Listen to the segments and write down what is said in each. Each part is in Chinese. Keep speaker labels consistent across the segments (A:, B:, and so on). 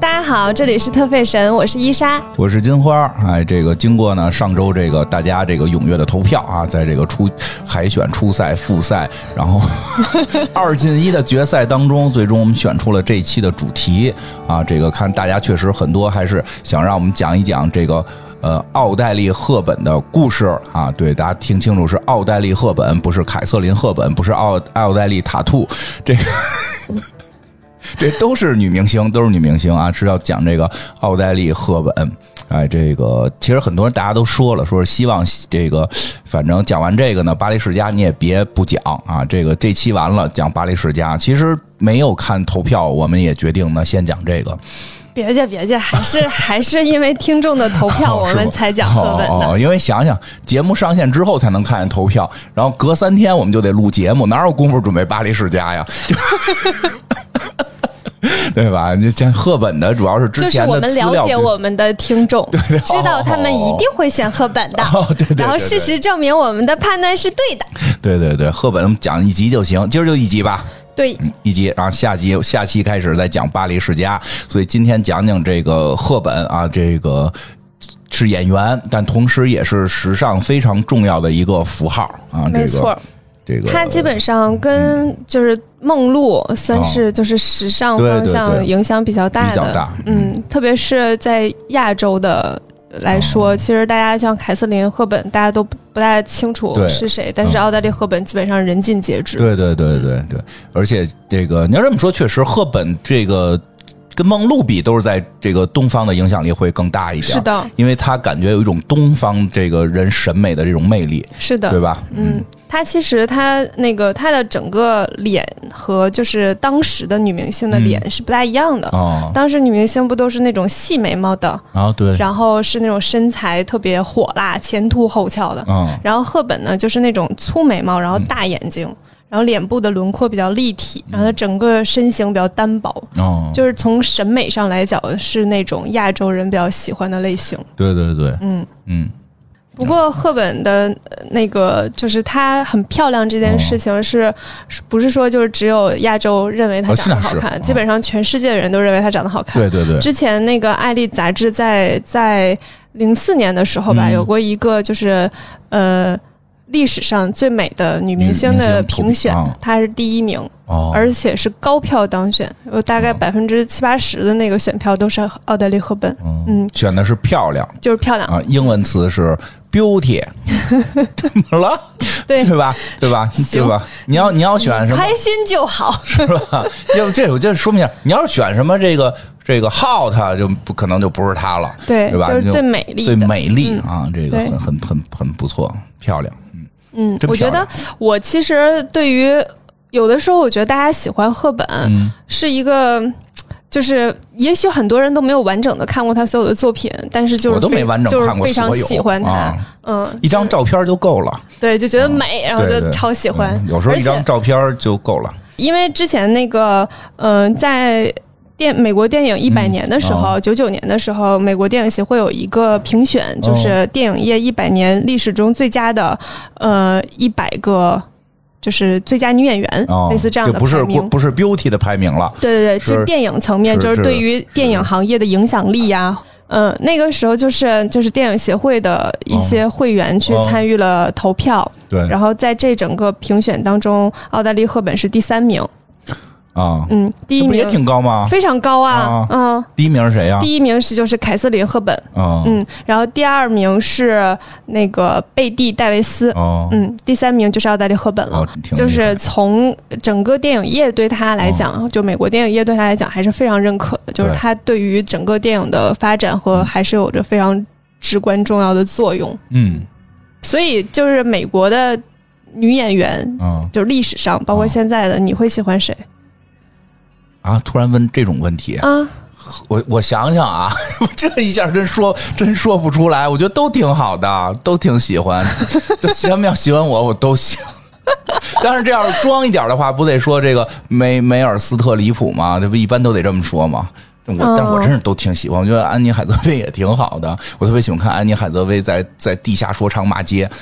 A: 大家好，这里是特费神，我是伊莎。
B: 我是金花儿，哎，这个经过呢上周这个大家这个踊跃的投票啊，在这个初海选、初赛、复赛，然后 二进一的决赛当中，最终我们选出了这一期的主题啊。这个看大家确实很多还是想让我们讲一讲这个。呃，奥黛丽·赫本的故事啊，对大家听清楚，是奥黛丽·赫本，不是凯瑟琳·赫本，不是奥奥黛丽·塔兔，这个这都是女明星，都是女明星啊，是要讲这个奥黛丽·赫本。哎，这个其实很多人大家都说了，说是希望这个，反正讲完这个呢，巴黎世家你也别不讲啊。这个这期完了讲巴黎世家，其实没有看投票，我们也决定呢先讲这个。
A: 别介别介，还是 还是因为听众的投票，
B: 哦
A: 我
B: 是
A: 们
B: 吗
A: 才讲赫本
B: 哦
A: 的。
B: 哦，因为想想节目上线之后才能看见投票，然后隔三天我们就得录节目，哪有功夫准备巴黎世家呀？ 就对吧？就像赫本的，主要是之
A: 就是
B: 前
A: 我
B: 的
A: 们
B: 资
A: 了
B: 料
A: 解
B: 比
A: 我们的听 众，知道他们一定会选赫本的。
B: 哦对对对
A: 然后
B: 对
A: 事实证明我们的判断是对的。
B: 对对对，赫本我们讲一集就行，今儿就一集吧。
A: 对，
B: 一集，然后下集下期开始再讲巴黎世家，所以今天讲讲这个赫本啊，这个是演员，但同时也是时尚非常重要的一个符号啊。
A: 没
B: 这个
A: 错，
B: 这个
A: 他基本上跟就是梦露算是就是时尚方
B: 嗯对
A: 向
B: 对对
A: 影响比较大
B: 比
A: 的。
B: 较大，
A: 嗯，特别是在亚洲的来说，
B: 哦
A: 其实大家像凯瑟琳·赫本，大家都不不大清楚
B: 对
A: 是谁，但是
B: 嗯
A: 奥黛丽·赫本基本上人尽皆知。
B: 对对对对对，而且这个你要这么说，确实赫本这个跟梦露比，都是在这个东方的影响力会更大一点。
A: 是，的，
B: 因为她感觉有一种东方这个人审美的这种魅力，
A: 是的，
B: 对吧？
A: 嗯，她其实她那个她的整个脸和就是当时的女明星的脸是不大一样的。
B: 嗯哦，
A: 当时女明星不都是那种细眉毛的，
B: 然后啊对，
A: 然后是那种身材特别火辣、前凸后翘的。
B: 嗯。
A: 然后赫本呢，就是那种粗眉毛，然后大眼睛，然后脸部的轮廓比较立
B: 嗯
A: 体，然后她整个身形比较单薄，
B: 哦，
A: 就是从审美上来讲是那种亚洲人比较喜欢的类型。
B: 对对对，
A: 嗯
B: 嗯，
A: 不过赫本的呃那个就是她很漂亮这件
B: 哦
A: 事情是，是不是说就是只有亚洲认为她
B: 哦
A: 长得
B: 那
A: 好
B: 是
A: 看，
B: 嗯
A: 基本上全世界的人都认为她长得好看。
B: 对对对，
A: 之前那个《艾丽》杂志在在零四年的时候吧，
B: 嗯
A: 有过一个就是呃历史上最美的女明星的评选
B: 女明星投，啊
A: 她是第一名，
B: 哦，
A: 而且是高票当选，有大概
B: 哦
A: 百分之七八十的那个选票都是奥黛丽·赫本，嗯
B: 嗯，选的是漂亮
A: 就是漂亮。
B: 啊，英文词是 beauty，怎么了？
A: 对
B: 对吧？对吧？对吧？你要你要选什么
A: 开心就好，
B: 是吧？ 要不这我就说明一下，你要是选什么这个这个 hot 就不可能就不是她了，
A: 对，
B: 对吧？
A: 就是最美丽
B: 最
A: 的。嗯
B: 美丽啊，这个
A: 对
B: 很很很很不错，漂亮，嗯，
A: 嗯，
B: 真
A: 我觉
B: 漂
A: 得
B: 亮
A: 我其实对于有的时候，我觉得大家喜欢赫本，
B: 嗯
A: 是一个，就是也许很多人都没有完整的看过他所有的作品，但是就是
B: 我都
A: 非
B: 没完整
A: 就
B: 看
A: 是
B: 过
A: 非常
B: 所有
A: 喜欢他，
B: 啊
A: 嗯，
B: 一张照片就够了，
A: 对，就觉得美，然后
B: 对
A: 就
B: 对
A: 超喜欢。
B: 嗯有时候
A: 而
B: 一
A: 且
B: 张照片就够了，
A: 因为之前那个，嗯、在。电美国电影一百年的时候，
B: 哦
A: 九九、年的时候，美国电影协会有一个评选，
B: 哦
A: 就是电影业一百年历史中最佳的，呃，一百个就是最佳女演员，
B: 哦，
A: 类似这样的
B: 就不是
A: 排名
B: 不是 beauty 的排名了，
A: 对对对，就是电影层面，
B: 是
A: 就是
B: 是
A: 对于电影行业的影响力呀、嗯，那个时候就是就是电影协会的一些会员去
B: 哦
A: 参与了投票，
B: 对
A: 然后在这整个评选当中，奥黛丽·赫本是第三名，
B: 啊，
A: 嗯，第一
B: 这不
A: 名
B: 也挺高吗？
A: 非常高啊
B: 啊，
A: 嗯，
B: 第一名是谁呀、
A: 第一名是就是凯瑟琳·赫本，
B: 啊？
A: 嗯，然后第二名是那个贝蒂·戴维斯，
B: 哦，
A: 嗯，第三名就是奥黛丽·赫本了。
B: 哦，挺
A: 就
B: 厉害
A: 是从整个电影业对他来讲，就美国电影业对他来讲还是非常认可的，就是
B: 哦对
A: 他对于整个电影的发展和还是有着非常至关重要的作用。
B: 嗯
A: 所以就是美国的女演员，
B: 啊
A: 就是历史上包括
B: 哦
A: 现在的，你会喜欢谁
B: 啊！突然问这种问题，
A: 啊？
B: 我我想想啊， 这一下真说真说不出来。我觉得都挺好的，都挺喜欢，都他们要喜欢 我，我都行。但是这要是装一点的话，不得说这个梅梅尔斯特里普吗？这不一般都得这么说吗？我
A: 哦
B: 但是我真是都挺喜欢，我觉得安妮海瑟薇也挺好的，我特别喜欢看安妮海瑟薇在在地下说唱骂街。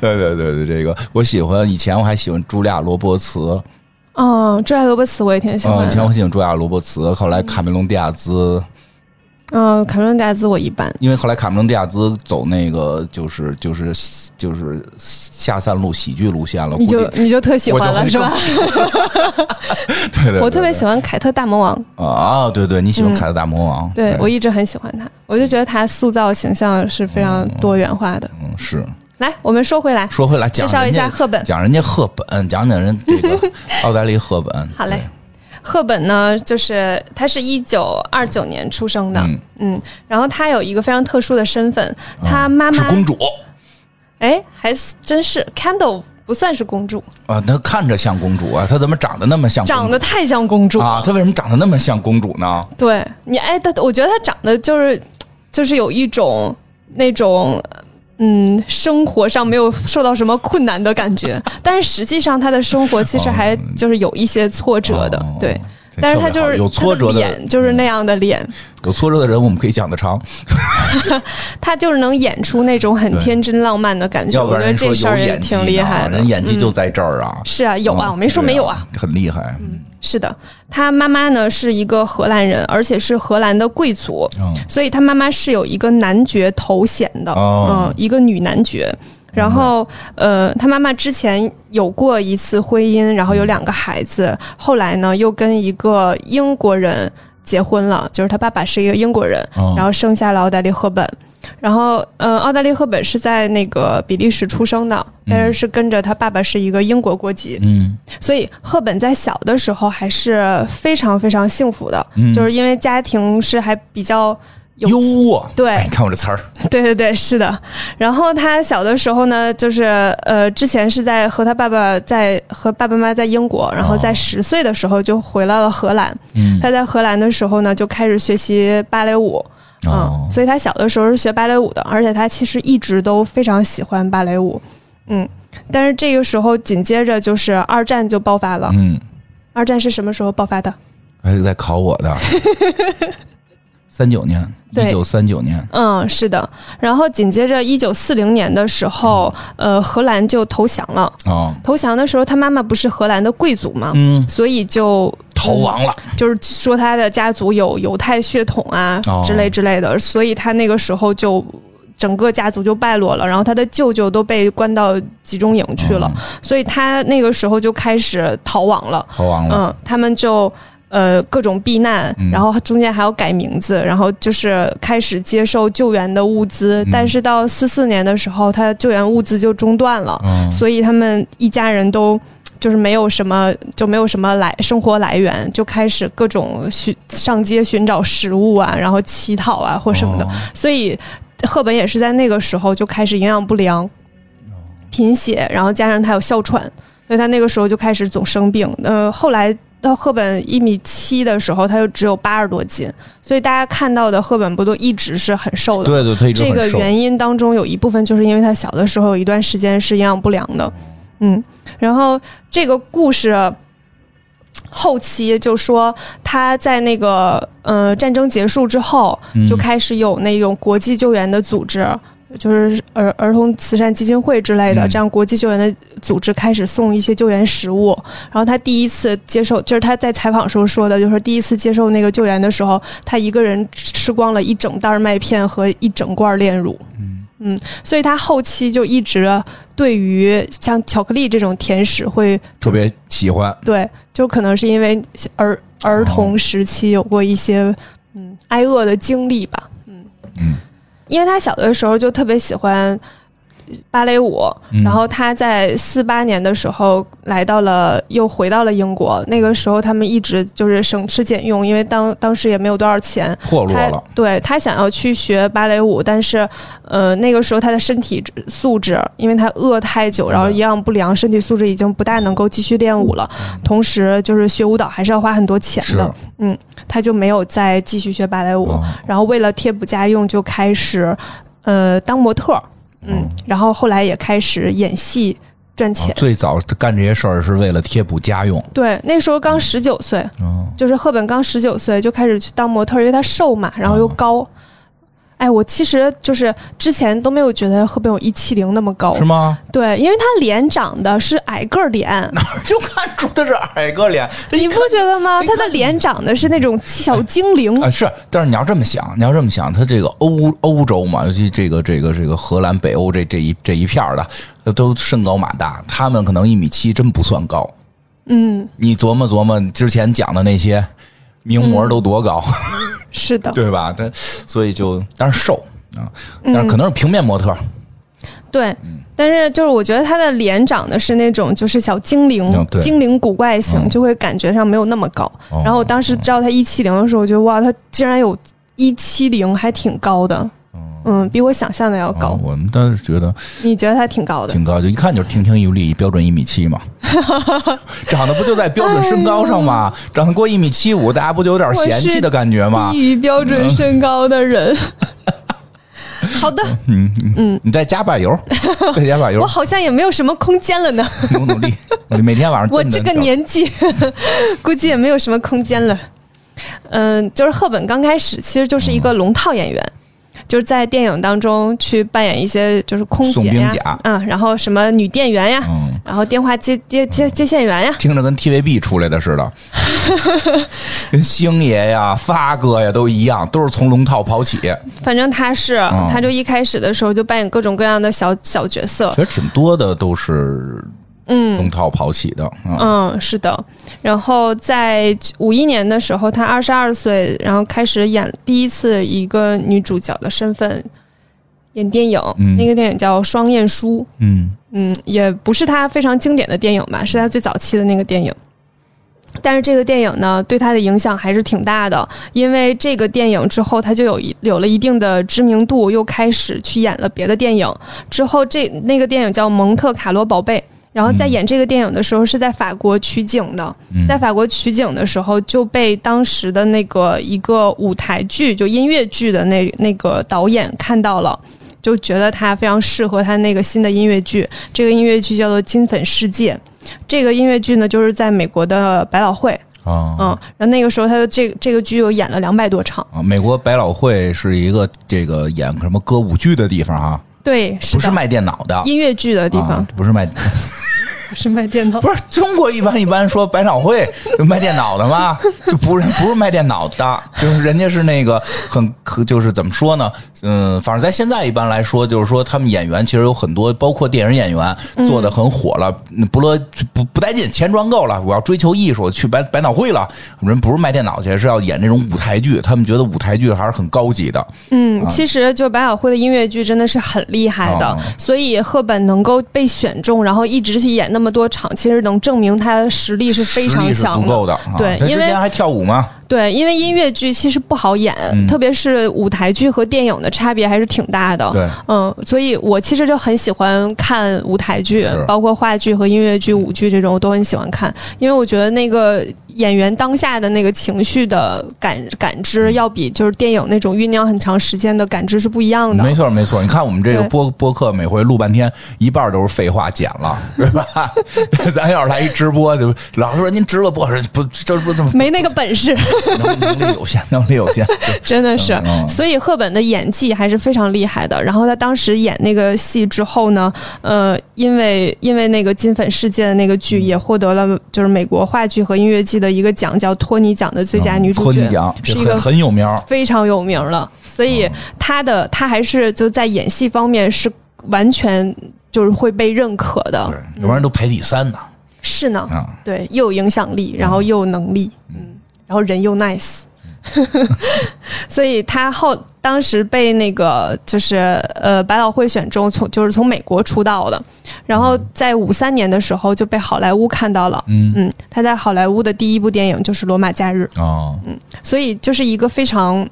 B: 对对对对，这个我喜欢。以前我还喜欢茱莉亚·罗伯茨，
A: 嗯，朱亚罗伯茨我也挺喜
B: 啊，
A: 欢
B: 以
A: 的
B: 前。我喜欢朱亚罗伯茨，后来卡梅隆迪亚兹，
A: 嗯，卡梅伦戴兹我一般。
B: 因为后来卡梅隆迪亚兹走那个就是就是就是下三路喜剧路线了，
A: 你
B: 估
A: 就
B: 计
A: 你就特喜
B: 我
A: 欢
B: 就
A: 了
B: 会
A: 是吧？
B: 对对对对，
A: 我特别喜欢凯特大魔王，
B: 欢啊，对对，你喜欢
A: 嗯
B: 凯特大魔王，
A: 对我一直很喜欢她，我就觉得她塑造形象是非常多元化的。
B: 嗯是。
A: 来，我们说回来，
B: 说回来，讲
A: 介绍一
B: 人家
A: 下赫本
B: 讲人家赫本，讲讲人 这个奥黛丽赫本，
A: 好嘞。赫本呢，就是她是一九二九年出生的，
B: 嗯
A: 嗯然后她有一个非常特殊的身份，她妈
B: 啊是
A: 妈
B: 公主
A: 哎，还真是 Candle 不算是公主，
B: 啊，她看着像公主啊，她怎么长得那么像公
A: 长
B: 主
A: 得太像公主了
B: 啊？她为什么长得那么像公主呢？
A: 对你，哎，她我觉得她长得就是，就是有一种那种。嗯，生活上没有受到什么困难的感 觉，但是实际上她的生活其实还就是有一些挫折的，
B: 哦
A: 对。
B: 这
A: 但是
B: 特别
A: 她就
B: 好
A: 是
B: 有挫折
A: 她的
B: 的嗯
A: 脸，就是那样的脸，
B: 有挫折的人，我们可以讲得长，
A: 她就是能演出那种很天真浪漫的感觉。
B: 要不
A: 我觉
B: 然
A: 得
B: 人说
A: 这事儿
B: 有
A: 也
B: 演技
A: 挺厉害
B: 呢，
A: 的。
B: 人演技
A: 嗯
B: 就在这儿啊。
A: 是啊，有啊，
B: 嗯
A: 我没说
B: 对
A: 没有啊，
B: 很厉害。
A: 是的，她妈妈呢是一个荷兰人，而且是荷兰的贵族。
B: 嗯，
A: 所以他妈妈是有一个男爵头衔的，
B: 哦
A: 嗯，一个女男爵。然后，呃，他妈妈之前有过一次婚姻，然后有两个孩子，后来呢又跟一个英国人结婚了，就是他爸爸是一个英国人，
B: 哦
A: 然后生下了奥黛丽·赫本。然后，呃，奥黛丽·赫本是在那个比利时出生的，但是是跟着他爸爸是一个英国国籍，
B: 嗯
A: 所以赫本在小的时候还是非常非常幸福的，
B: 嗯
A: 就是因为家庭是还比较有
B: 优渥。
A: 对
B: 哎你看我这词儿，
A: 对对对，是的。然后他小的时候呢，就是呃，之前是在和他爸爸在和爸爸妈妈在英国，然后在十岁的时候就回来了荷兰。
B: 哦嗯
A: 他在荷兰的时候呢，就开始学习芭蕾舞。
B: 哦
A: 嗯，所以他小的时候是学芭蕾舞的，而且他其实一直都非常喜欢芭蕾舞。嗯，但是这个时候紧接着就是二战就爆发了。
B: 嗯，
A: 二战是什么时候爆发的？
B: 还是在考我 的。三九年，一
A: 对
B: 九三九年，
A: 嗯，是的。然后紧接着一九四零年的时候，
B: 嗯
A: 呃，荷兰就投降了。
B: 哦，
A: 投降的时候，他妈妈不是荷兰的贵族嘛，
B: 嗯，
A: 所以就
B: 逃亡了，
A: 就是说他的家族有犹太血统啊、
B: 哦
A: 之类之类的，所以他那个时候就。整个家族就败落了，然后他的舅舅都被关到集中营去
B: 哦嗯
A: 了，所以他那个时候就开始逃亡了。
B: 逃亡了，
A: 嗯，他们就呃各种避难，
B: 哦嗯
A: 然后中间还要改名字，然后就是开始接受救援的物资，
B: 嗯
A: 但是到四四年的时候，他救援物资就中断了，
B: 嗯
A: 所以他们一家人都。就是没有什么，就没有什么来生活来源，就开始各种寻上街寻找食物啊，然后乞讨啊或什么的。
B: 哦
A: 所以赫本也是在那个时候就开始营养不良、贫哦血，然后加上他有哮喘，所以他那个时候就开始总生病。呃，后来到赫本一米七的时候，他就只有八十多斤，所以大家看到的赫本不都一直是很瘦的？
B: 对对，他一直
A: 这个
B: 很瘦。
A: 原因当中有一部分就是因为他小的时候有一段时间是营养不良的，嗯，然后这个故事后期就说他在那个呃战争结束之后
B: 嗯，
A: 就开始有那种国际救援的组织。就是儿儿童慈善基金会之类的，
B: 嗯
A: 这样国际救援的组织开始送一些救援食物。然后他第一次接受，就是他在采访时候说的，就是第一次接受那个救援的时候，他一个人吃光了一整袋麦片和一整罐炼乳。
B: 嗯
A: 所以他后期就一直对于像巧克力这种甜食会
B: 特别喜欢，
A: 对，就可能是因为儿儿童时期有过一些嗯挨饿的经历吧，嗯
B: 嗯
A: 因为他小的时候就特别喜欢芭蕾舞，
B: 嗯
A: 然后他在四八年的时候来到了，又回到了英国。那个时候他们一直就是省吃俭用，因为当当时也没有多少钱。
B: 破落
A: 他
B: 了，
A: 对他想要去学芭蕾舞，但是，呃，那个时候他的身体素质，因为他饿太久，
B: 嗯
A: 然后营养不良，身体素质已经不大能够继续练舞了。
B: 嗯
A: 同时，就是学舞蹈还是要花很多钱
B: 是
A: 的，他就没有再继续学芭蕾舞。
B: 哦
A: 然后为了贴补家用，就开始呃当模特儿，嗯，然后后来也开始演戏赚钱。
B: 最早干这些事儿是为了贴补家用，
A: 对，那时候刚十九岁，
B: 哦啊
A: 就是赫本刚十九岁就开始去当模特儿，因为她瘦嘛，然后又高。哎，我其实就是之前都没有觉得赫本有一七零那么高，
B: 是吗？
A: 对，因为他脸长得是矮个儿脸，
B: 哪儿就看出他是矮个脸，他一
A: 你不觉得吗？他的脸长得是那种小精灵，
B: 啊，是，但是你要这么想，你要这么想，它这个欧欧洲嘛，尤其这个这个这个荷兰、北欧这这一这一片儿的，都身高马大，他们可能一米七真不算高。
A: 嗯，
B: 你琢磨琢磨之前讲的那些名
A: 嗯
B: 模都多高，
A: 是的，
B: 对吧？他所以就但是瘦啊，但
A: 嗯
B: 是可能是平面模特儿，
A: 对，
B: 嗯
A: 但是就是我觉得他的脸长得是那种就是小精灵
B: 嗯，对
A: 精灵古怪型，
B: 嗯
A: 就会感觉上没有那么高。
B: 哦
A: 然后我当时知道他一七零的时候，我觉得哇，他竟然有一七零，还挺高
B: 哦
A: 的，嗯，比我想象的要
B: 啊
A: 高。
B: 我们当时觉得
A: 你觉得他挺高的？
B: 挺高，就一看就是亭亭玉立，标准一米 七嘛，长得不就在标准身高上 吗？长得过一米七五，大家不就有点
A: 我
B: 嫌
A: 是
B: 弃的感觉吗？
A: 低于标准身高的人。 好的，
B: 嗯嗯，你再加 把油，再加把
A: 我
B: 油，
A: 好像也没有什么空间了呢。
B: 努努力，你每天晚上
A: 我
B: 蹬
A: 这
B: 蹬
A: 个
B: 脚
A: 年纪，估计也没有什么空间了。嗯，就是赫本刚开始其实就是一个龙套演员，就是在电影当中去扮演一些就是空
B: 送
A: 姐
B: 兵
A: 呀
B: 甲，
A: 嗯，然后什么女店员呀，
B: 嗯，
A: 然后电话接接接接线员呀，
B: 听着跟 TVB 出来的 似的，跟星爷呀、发哥呀都一样，都是从龙套跑起，其
A: 反正他是，
B: 嗯
A: 他就一开始的时候就扮演各种各样的小小角色，
B: 实挺多的都是嗯龙套跑起的啊。
A: 嗯，是的。然后在五一年的时候，她二十二岁，然后开始演第一次一个女主角的身份演电影，
B: 嗯
A: 那个电影叫《双燕书》。
B: 嗯，
A: 嗯，也不是她非常经典的电影吧，是她最早期的那个电影。但是这个电影呢，对她的影响还是挺大的，因为这个电影之后，她就有一有了一定的知名度，又开始去演了别的电影。之后这那个电影叫《蒙特卡罗宝贝》，然后在演这个电影的时候是在法国取景的，在法国取景的时候就被当时的那个一个舞台剧就音乐剧的那那个导演看到了。就觉得他非常适合他那个新的音乐剧，这个音乐剧叫做《金粉世界》。这个音乐剧呢，就是在美国的百老汇，
B: 啊
A: 嗯，然后那个时候他就这这个剧有演了两百多场，
B: 啊，美国百老汇是一个这个演什么歌舞剧的地方啊，
A: 对，是
B: 不
A: 的，
B: 是卖电脑的
A: 音乐剧的地方，
B: 啊，不是卖
A: 不是卖电脑，
B: 不是中国一般一般说百脑汇就卖电脑的吗？就不是不是卖电脑的，就是人家是那个很可就是怎么说呢？嗯，反正在现在一般来说，就是说他们演员其实有很多，包括电影演员
A: 嗯
B: 做的很火了，不乐不不带劲，钱赚够了，我要追求艺术，去百百脑汇了。人不是卖电脑去，是要演这种舞台剧，他们觉得舞台剧还是很高级的。
A: 嗯，其实就百老汇的音乐剧真的是很厉害的，
B: 哦
A: 所以赫本能够被选中，然后一直去演那么多场，其实能证明她的实力是非
B: 实
A: 常
B: 力是
A: 强的。
B: 足够的，啊
A: 对
B: 他之
A: 因为
B: 前还跳舞吗？
A: 对，因为音乐剧其实不好演，
B: 嗯
A: 特别是舞台剧和电影的差别还是挺大的。
B: 对，
A: 嗯，所以我其实就很喜欢看舞台剧
B: 是，
A: 包括话剧和音乐剧、舞剧这种，我都很喜欢看，因为我觉得那个演员当下的那个情绪的感感
B: 嗯
A: 知，要比就是电影那种酝酿很长时间的感知是不一样的。
B: 没错没错，你看我们这个
A: 对
B: 播播客每回录半天，一半都是废话剪 了，对吧？ 咱要是来一直播，就老是说您直了播是不这不这么
A: 没那个本事，
B: 能能力有 限，能力有限。对
A: 真的是
B: 嗯。嗯
A: 所以赫本的演技还是非常厉害的。然后他当时演那个戏之后呢，呃，因为因为那个金粉世界的那个剧
B: 嗯
A: 也获得了就是美国话剧和音乐剧的一个奖，叫托尼奖的最佳女主
B: 嗯托
A: 角
B: 尼奖，
A: 是
B: 这
A: 一个
B: 很嗯很有名儿。
A: 非常有名了。所以她的她还是就在演戏方面是完全就是会被认可的
B: 对，，要不然都排第三呢
A: 是呢，
B: 啊！
A: 对，又有影响力，然后又有能力，嗯，然后人又 nice，所以他后当时被那个就是呃百老汇选中，从就是从美国出道的，然后在五三年的时候就被好莱坞看到了，
B: 嗯
A: 嗯，他在好莱坞的第一部电影就是《罗马假日
B: 哦，》，
A: 所以就是一个非常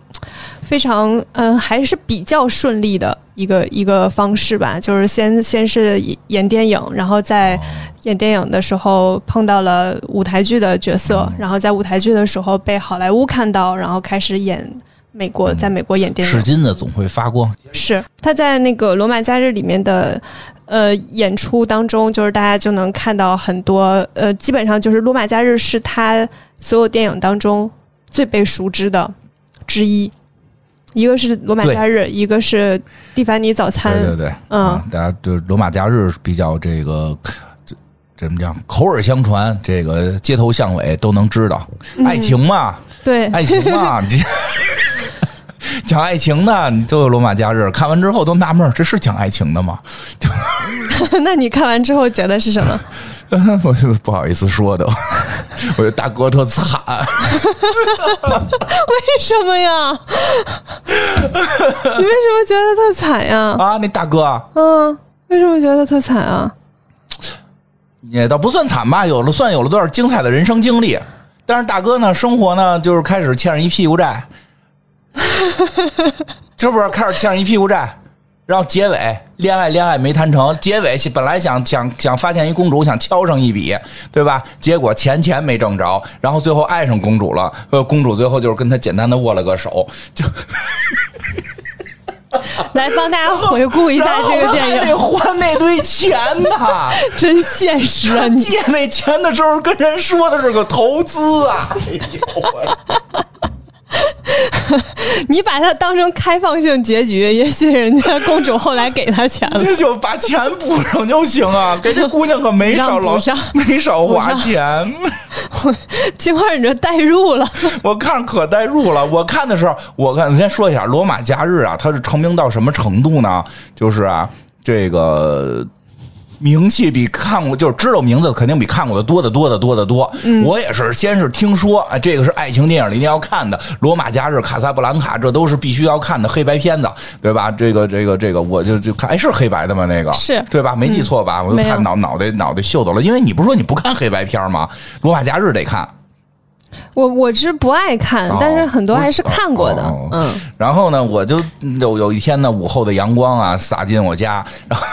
A: 非常嗯、呃还是比较顺利的一个一个方式吧，就是先先是演电影，然后再。演电影的时候碰到了舞台剧的角色，然后在舞台剧的时候被好莱坞看到，然后开始演美国，在美国演电
B: 是
A: 影。
B: 金子总会发光。
A: 是他在那个《罗马假日》里面的呃演出当中，就是大家就能看到很多呃，基本上就是《罗马假日》是他所有电影当中最被熟知的之一。一个是罗马假日，一个是蒂凡尼早餐。
B: 对对对，
A: 嗯
B: 啊，大家就是罗马假日比较这个。这怎么讲？口耳相传，这个街头巷尾都能知道。
A: 嗯
B: 爱情嘛，
A: 对
B: 爱情嘛，你这讲爱情的，你都有罗马假日。看完之后都纳闷儿，这是讲爱情的吗？
A: 那你看完之后觉得是 什么？
B: 我就不好意思说的， 我觉得大哥特惨。
A: 为什么 呀？你为什么觉得特惨呀？
B: 啊，那大哥
A: 嗯，为什么觉得特惨啊？
B: 也倒不算惨吧，有了算有了段精彩的人生经历。但是大哥呢，生活呢就是开始欠上一屁股债， 是不是开始欠上一屁股债？然后结尾恋爱恋爱没谈成，结尾本来想想想发现一公主，想敲上一笔，对吧？结果钱钱没挣着，然后最后爱上公主了，呃，公主最后就是跟他简单的握了个手，就
A: 来帮大家回顾一下这个电
B: 然后
A: 影
B: 他还得，还那堆钱呢。
A: 真现实啊！你
B: 借那钱的时候跟人说的是个投资啊！ 哎呦喂，
A: 你把它当成开放性结局，也许人家公主后来给他钱了。
B: 这就把钱补上就行啊！给这姑娘可没少老
A: 补上
B: 没少花钱，
A: 金花，你这代入了，
B: 我看可代入了。我看的时候，我看先说一下《罗马假日》啊，它是成名到什么程度呢？就是啊，这个。名气比看过就是知道名字肯定比看过的多得多得多得多。
A: 嗯
B: 我也是先是听说啊，这个是爱情电影里一定要看的，《罗马假日》《卡萨布兰卡》，这都是必须要看的黑白片子，对吧？这个这个这个，我就就看，哎，是黑白的吗？那个
A: 是
B: 对吧？没记错吧？我就
A: 嗯没有
B: 看脑脑袋脑袋秀逗了，因为你不是说你不看黑白片吗？《罗马假日》得看，
A: 我我是不爱看，
B: 哦
A: 但是很多还是看过的
B: 哦。
A: 嗯，
B: 然后呢，我就有有一天呢，午后的阳光啊洒进我家，然后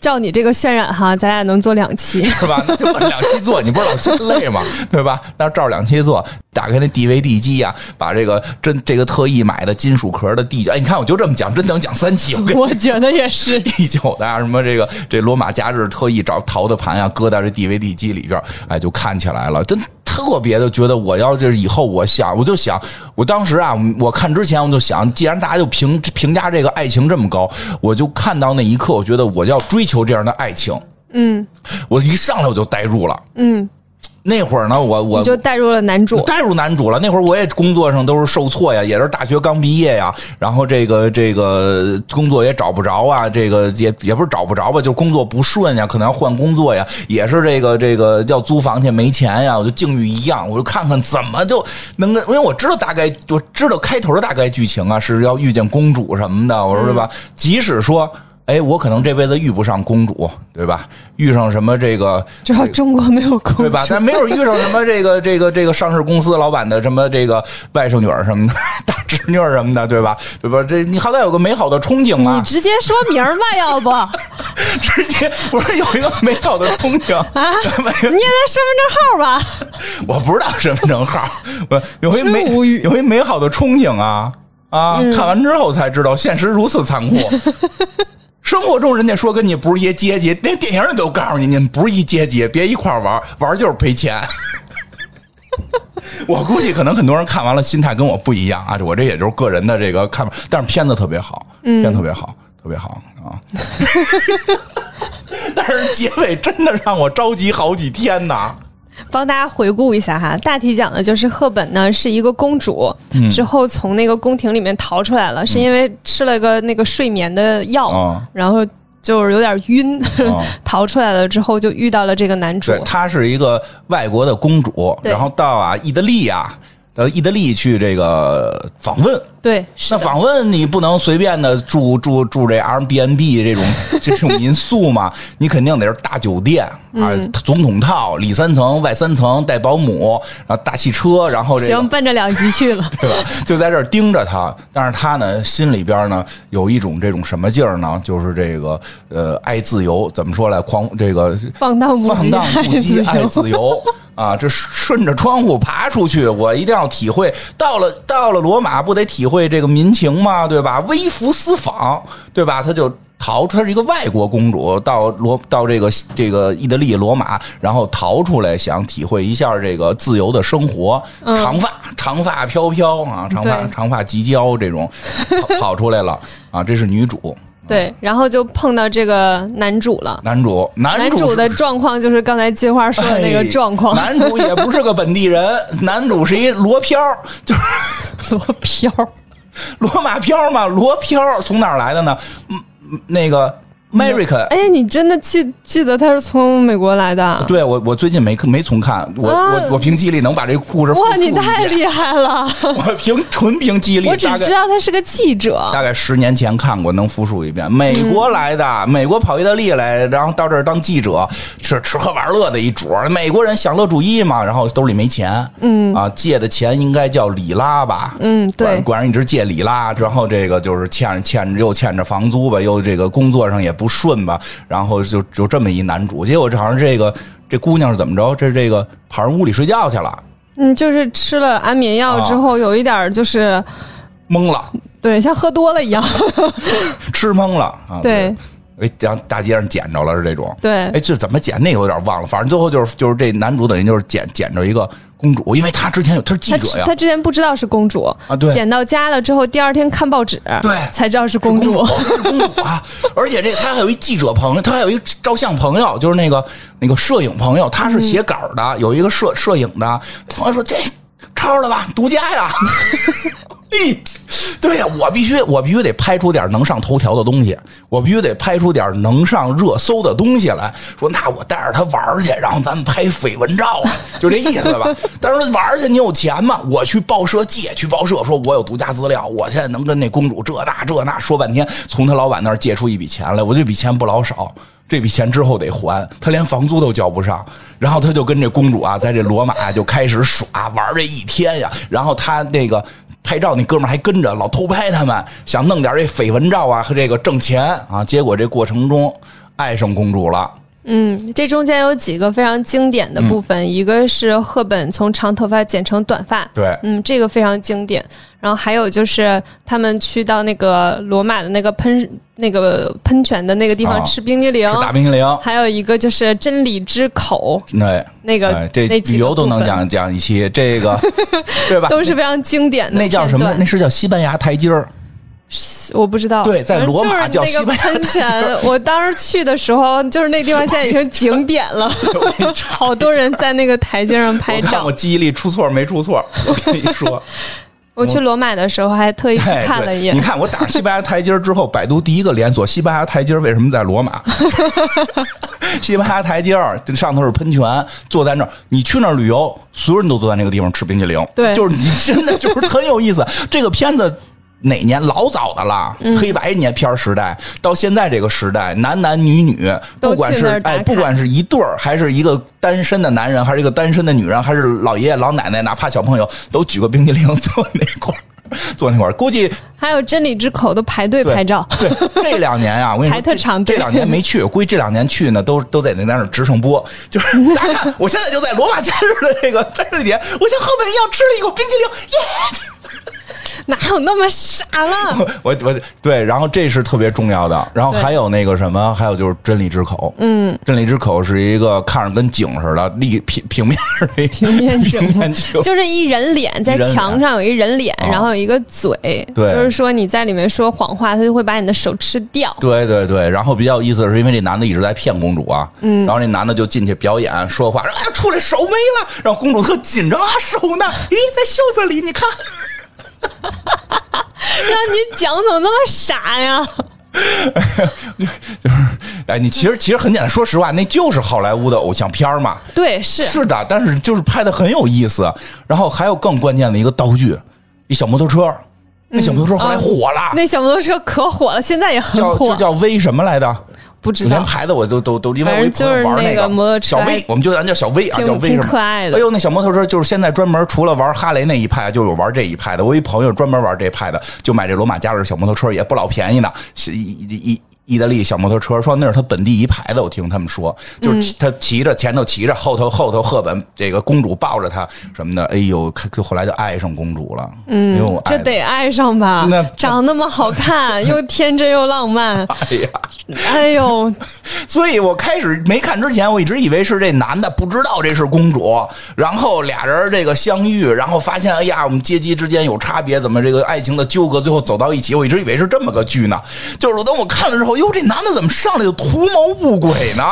A: 照你这个渲染哈，咱俩能做两期。
B: 是吧？ 那就按两期做，你不是老心累吗？ 对吧？那照着两期做，打开那 DVD 机呀、把这个真这个特意买的金属壳的第九，哎，你看我就这么讲，真能讲三期，我 跟，
A: 我觉得也是
B: 第九的啊，什么这个这罗马假日特意找淘的盘啊，搁在这 DVD 机里边儿，哎，就看起来了，真特别的觉得我要就是以后我想，我就想，我当时啊，我看之前我就想，既然大家就评评价这个爱情这么高，我就看到那一刻，我觉得我要追求这样的爱情，
A: 嗯
B: 我一上来我就代入了，
A: 嗯，
B: 那会儿呢，我我
A: 你就带入了男主。
B: 代入男主了。那会儿我也工作上都是受挫呀，也是大学刚毕业呀，然后这个这个工作也找不着啊，这个也也不是找不着吧，就是工作不顺呀，可能要换工作呀，也是这个这个要租房去没钱呀，我就境遇一样，我就看看怎么就能跟，因为我知道大概我知道开头的大概剧情啊是要遇见公主什么的，我说对吧？即使说。哎，我可能这辈子遇不上公主，对吧？遇上什么这个
A: 主要中国没有公主，
B: 对吧？但没准遇上什么这个这 个这个上市公司老板的什么这个外甥女儿什么的， 大侄女儿什么的，对吧？对吧？这你好歹有个美好的憧憬
A: 你
B: 啊！
A: 直接说名儿吧，要不 啊，
B: 直接我说有一个美好的憧憬，
A: 你也来身份证号吧。
B: 我不知道身份证号，我有一美
A: 真无语嗯
B: 有一美好的憧憬啊啊！看完之后才知道现实如此 残酷。生活中人家说跟你不是一阶级，连电影里都告诉你，你们不是一阶级，别一块儿玩儿，玩儿就是赔钱。 我估计可能很多人看完了心态跟我不一样啊，我这也就是个人的这个看法，但是片子特别好，
A: 嗯
B: 片子特别好，特别好啊。 但是结尾真的让我着急好几天呐。
A: 帮大家回顾一下哈，大体讲的就是赫本呢是一个公主，
B: 嗯
A: 之后从那个宫廷里面逃出来了，是因为吃了个那个睡眠的药，
B: 哦
A: 然后就是有点晕，
B: 哦
A: 逃出来了之后就遇到了这个男主
B: 对，，她是一个外国的公主，
A: 对
B: 然后到啊意大利啊，到意大利去这个访问。
A: 对，是
B: 那
A: 的，
B: 访问你不能随便的住住住这 Airbnb 这种这种民宿嘛，你肯定得是大酒店
A: 嗯
B: 啊，总统套里三层外三层，带保姆，然后大汽车，然后这个
A: 行，奔着两集去了
B: ，对吧？就在这儿盯着他，但是他呢，心里边呢有一种这种什么劲儿呢？就是这个呃，爱自由，怎么说来？狂这个
A: 放荡不
B: 放
A: 羁，
B: 荡不 羁，
A: 爱
B: 爱
A: 自由
B: 自由啊！这顺着窗户爬出去，我一定要体会。到了到了罗马，不得体会这个民情吗？对吧？微服私访，对吧？他就逃出，她是一个外国公主，到罗到这个这个意大利罗马，然后逃出来，想体会一下这个自由的生活。
A: 嗯
B: 长发，长发飘飘啊，长发
A: 对
B: 长发及腰这种，跑跑出来了啊，这是女主，
A: 对，然后就碰到这个男主了。
B: 男主，男
A: 男
B: 主
A: 主
B: 是
A: 的状况就是刚才金花说的那个状况，
B: 哎男主也不是个本地人，男主是一罗漂，就 是
A: 罗飘，
B: 罗马漂嘛，罗漂从哪儿来的呢？嗯，嗯那个 American，
A: 哎，你真的记记得他是从美国来的啊？
B: 对我，我最近没没重看，我、
A: 啊
B: 我我凭记忆力能把这故事
A: 哇，
B: 复述
A: 你
B: 一
A: 太
B: 遍
A: 厉害 了！
B: 我凭纯凭记忆力，
A: 我只
B: 大概
A: 知道他是个记者，
B: 大概十年前看过，能复述一遍。美
A: 嗯
B: 国来的，美国跑意大利来，然后到这儿当记者，吃吃喝玩乐的一主儿。美国人享乐主义嘛，然后兜里没钱，嗯啊，借的钱应该叫里拉吧，
A: 嗯对
B: 管管人一直借里拉，然后这个就是欠欠又欠着房租吧，又这个工作上也不顺吧，然后就就这么一男主，结果这好像这个这姑娘是怎么着？这这个跑人屋里睡觉去了，
A: 嗯，就是吃了安眠药之
B: 啊
A: 后，有一点儿就是
B: 懵了，
A: 对，像喝多了一样。
B: 啊吃懵了啊，
A: 对，
B: 哎，让大街上捡着了是这种，
A: 对
B: 哎，这怎么捡那个有点忘了，反正最后就是就是这男主等于就是捡捡着一个公主，因为他之前有他是记
A: 他
B: 者呀
A: 他，之前不知道是公主
B: 啊对
A: 捡到家了之后，第二天看报纸，
B: 对
A: 才知道是
B: 公
A: 公主。
B: 是公主 啊，而且这他还有一记者朋友，他还有一照相朋友，就是那个那个摄影朋友，他
A: 嗯
B: 是写稿的，有一个摄摄影的朋友说这抄了吧，独家 呀， 哎。对呀，我必须我必须得拍出点能上头条的东西，我必须得拍出点能上热搜的东西来。说那我带着他玩儿去，然后咱们拍绯闻照啊，就这意思吧。 但是玩儿去你有钱吗？我去报社借，去报社说我有独家资料，我现在能跟那公主这那这那说半天，从他老板那儿借出一笔钱来，我这笔钱不老少。这笔钱之后得还，他连房租都交不上，然后他就跟这公主啊，在这罗马啊就开始耍玩儿这一天呀，然后他那个拍照那哥们儿还跟着老偷拍他们，想弄点这绯闻照啊和这个挣钱啊，结果这过程中爱上公主了，
A: 嗯，这中间有几个非常经典的
B: 嗯
A: 部分，一个是赫本从长头发剪成短发，
B: 对
A: 嗯，这个非常经典。然后还有就是他们去到那个罗马的那个喷那个喷泉的那个地
B: 啊
A: 方吃冰激凌，
B: 吃大冰淇淋，
A: 还有一个就是真理之口
B: 对，
A: 那个、
B: 哎这
A: 那几个
B: 旅游都能
A: 部分，
B: 讲讲一期，这个对吧？
A: 都是非常经典的
B: 那叫什么
A: 片？
B: 那
A: 段
B: 是叫西班牙台阶儿，
A: 我不知道。
B: 对在罗马
A: 就是
B: 叫
A: 那个
B: 西班牙
A: 喷泉， 我当时去的时候，就是那地方现在已经景点了， 好多人在那个台阶上 拍
B: 我看
A: 照
B: 我。记忆力出错没出错，我跟你 说。
A: 我去罗马的时候还特意去
B: 哎，
A: 看了一
B: 对你
A: 眼。
B: 看我打上西班牙台阶儿之后，百度第一个连锁西班牙台阶儿为什么在罗马？ 西班牙台阶儿这上头是喷泉，坐在那儿，你去那儿旅游，所有人都坐在那个地方吃冰淇淋。
A: 对
B: 就是你真的就是很有意思。这个片子。哪年老早的了，
A: 嗯
B: 黑白年片儿时代到现在这个时代，男男女女，
A: 都
B: 不管
A: 去
B: 是
A: 那儿打
B: 哎，
A: 卡
B: 不管是一对儿，还是一个单身的男人，还是一个单身的女人，还是老爷爷老奶奶，哪怕小朋友，都举个冰激凌 坐那块儿，坐那块儿。估计
A: 还有真理之口的排队
B: 对
A: 拍照，
B: 对，这两年啊，我跟你说，
A: 排特长
B: 这
A: 队
B: 这两年没去，估计这两年去呢，都都在那在那儿直升播。就是大家看，我现在就在罗马假日的这个在这里边，我像赫本一样吃了一口冰激凌，耶！
A: 哪有那么傻 了？
B: 我我对，然后这是特别重要的，然后还有那个什么，还有就是真理之口，嗯，真理之口是一个看着跟井似的立平平面儿的一个
A: 平面景
B: 平面井，
A: 就是一人脸在
B: 一人脸哦
A: 墙上有一人脸，然后有一个嘴，
B: 对
A: 就是说你在里面说谎话，他就会把你的手吃掉。
B: 对对对，然后比较有意思的是，因为这男的一直在骗公主啊，嗯，然后那男的就进去表演说话，说哎呀出来手没了，然后公主特紧张啊，手呢？咦，在袖子里，你看，
A: 让你讲怎么那么傻呀？
B: 就是，哎，你其实其实很简单，说实话，那就是好莱坞的偶像片儿嘛，
A: 对，是
B: 是的，但是就是拍的很有意思，然后还有更关键的一个道具，一小摩托车，那小摩托车后来火了。
A: 那小摩托车可火了，现在也很
B: 叫就
A: 火，
B: 叫 V 什么来的？
A: 不知
B: 连
A: 道。
B: 牌子我都都都，因为我
A: 反
B: 一
A: 正
B: 朋友
A: 就是
B: 玩
A: 那
B: 个
A: 个摩托车
B: 小 V，
A: 还
B: 我们就咱叫小 V 啊，
A: 挺
B: 叫 V 什
A: 挺
B: 么？
A: 可爱的
B: 哎呦，那小摩托车就是现在专门除了玩哈雷那一派，就有玩这一派的。我一朋友专门玩这一派的，就买这罗马假日小摩托车，也不老便宜呢，一一一意大利小摩托车，说那是他本地一牌子。我听他们说，就是
A: 嗯
B: 骑他骑着前头骑着，后头后头赫本这个公主抱着他什么的，哎呦，看后来就爱上公主了。嗯，因为我爱
A: 这
B: 的
A: 得爱上吧？
B: 那
A: 长那么好 看，又天真又浪漫，
B: 哎呀，
A: 哎呦，
B: 所以我开始没看之前，我一直以为是这男的不知道这是公主，然后俩人这个相遇，然后发现哎呀，我们阶级之间有差别，怎么这个爱情的纠葛最后走到一起？我一直以为是这么个剧呢。就是我等我看了之后，哟，这男的怎么上来就图谋不轨呢？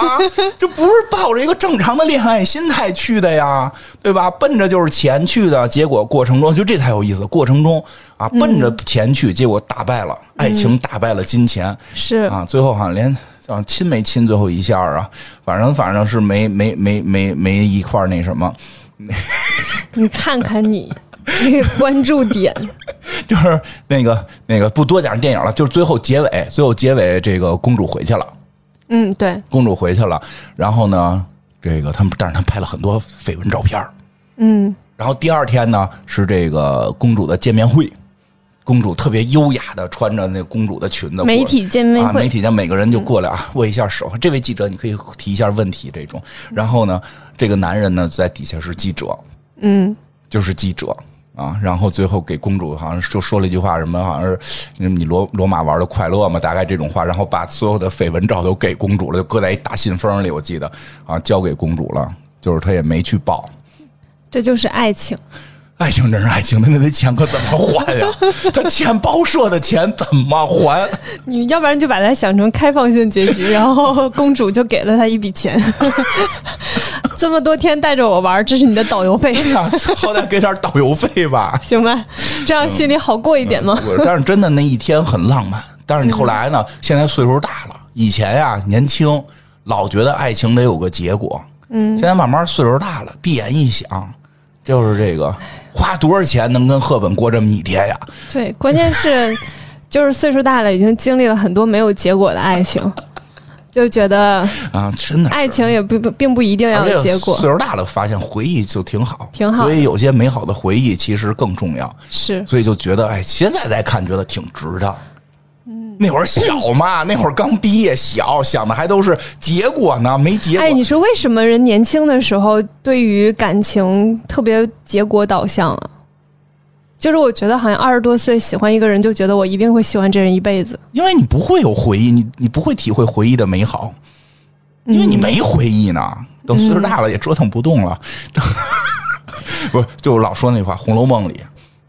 B: 这不是抱着一个正常的恋爱心态去的呀，对吧？奔着就是钱去的，结果过程中就这才有意思。过程中啊，奔着钱去，结果打败了爱情，打败了金钱。
A: 是
B: 啊，最后好像连啊亲没亲最后一下啊，反正反正是没没没没没一块儿那什么，
A: 你看看你这个关注 点，
B: 就是那个那个不多讲电影了，就是最后结尾，最后结尾这个公主回去了，
A: 嗯，对，
B: 公主回去了，然后呢，这个他们但是他拍了很多绯闻照片儿
A: 嗯，
B: 然后第二天呢是这个公主的见面会。公主特别优雅的穿着那公主的裙子，
A: 媒
B: 过
A: 体见面
B: 啊，媒
A: 会，
B: 体上每个人就过来啊，握一下手。这位记者，你可以提一下问题这种。然后呢，这个男人呢在底下是记者，
A: 嗯，
B: 就是记者啊。然后最后给公主好像就说了一句话，什么好像是嗯你罗罗马玩的快乐嘛，大概这种话。然后把所有的绯闻照都给公主了，就搁在一大信封里，我记得啊，交给公主了。就是他也没去报，
A: 这就是爱情。
B: 爱情真是爱情，他那那钱可怎么还呀？他欠报社的钱怎么还？
A: 你要不然就把它想成开放性结局，然后公主就给了他一笔 钱。这么多天带着我玩，这是你的导游 费，
B: 对呀、好歹给点导游费吧。
A: 行吧？这样心里好过一点吗？嗯
B: 我但是真的那一天很浪漫，但是后来呢，现在岁数大了，以前呀、年轻老觉得爱情得有个结果，嗯，现在慢慢岁数大了，闭眼一想，就是这个花多少钱能跟赫本过这么一天呀？
A: 对，关键 是就是岁数大了，已经经历了很多没有结果的爱情，就觉得
B: 啊，真的是
A: 爱情也不不并不一定要
B: 而
A: 有
B: 且
A: 结果。
B: 岁数大了，发现回忆就挺好，
A: 挺好
B: 所以有些美好的回忆其实更重要，
A: 是，
B: 所以就觉得哎，现在再看觉得挺值的。
A: 嗯
B: 那会儿小嘛，那会儿刚毕业小，想的还都是结果呢，没结果。
A: 哎，你说为什么人年轻的时候对于感情特别结果导向啊？就是我觉得好像二十多岁喜欢一个人，就觉得我一定会喜欢这人一辈子。
B: 因为你不会有回忆，你你不会体会回忆的美好，因为你没回忆呢。等岁数大了也折腾不动了，不是就我老说那句话，《红楼梦》里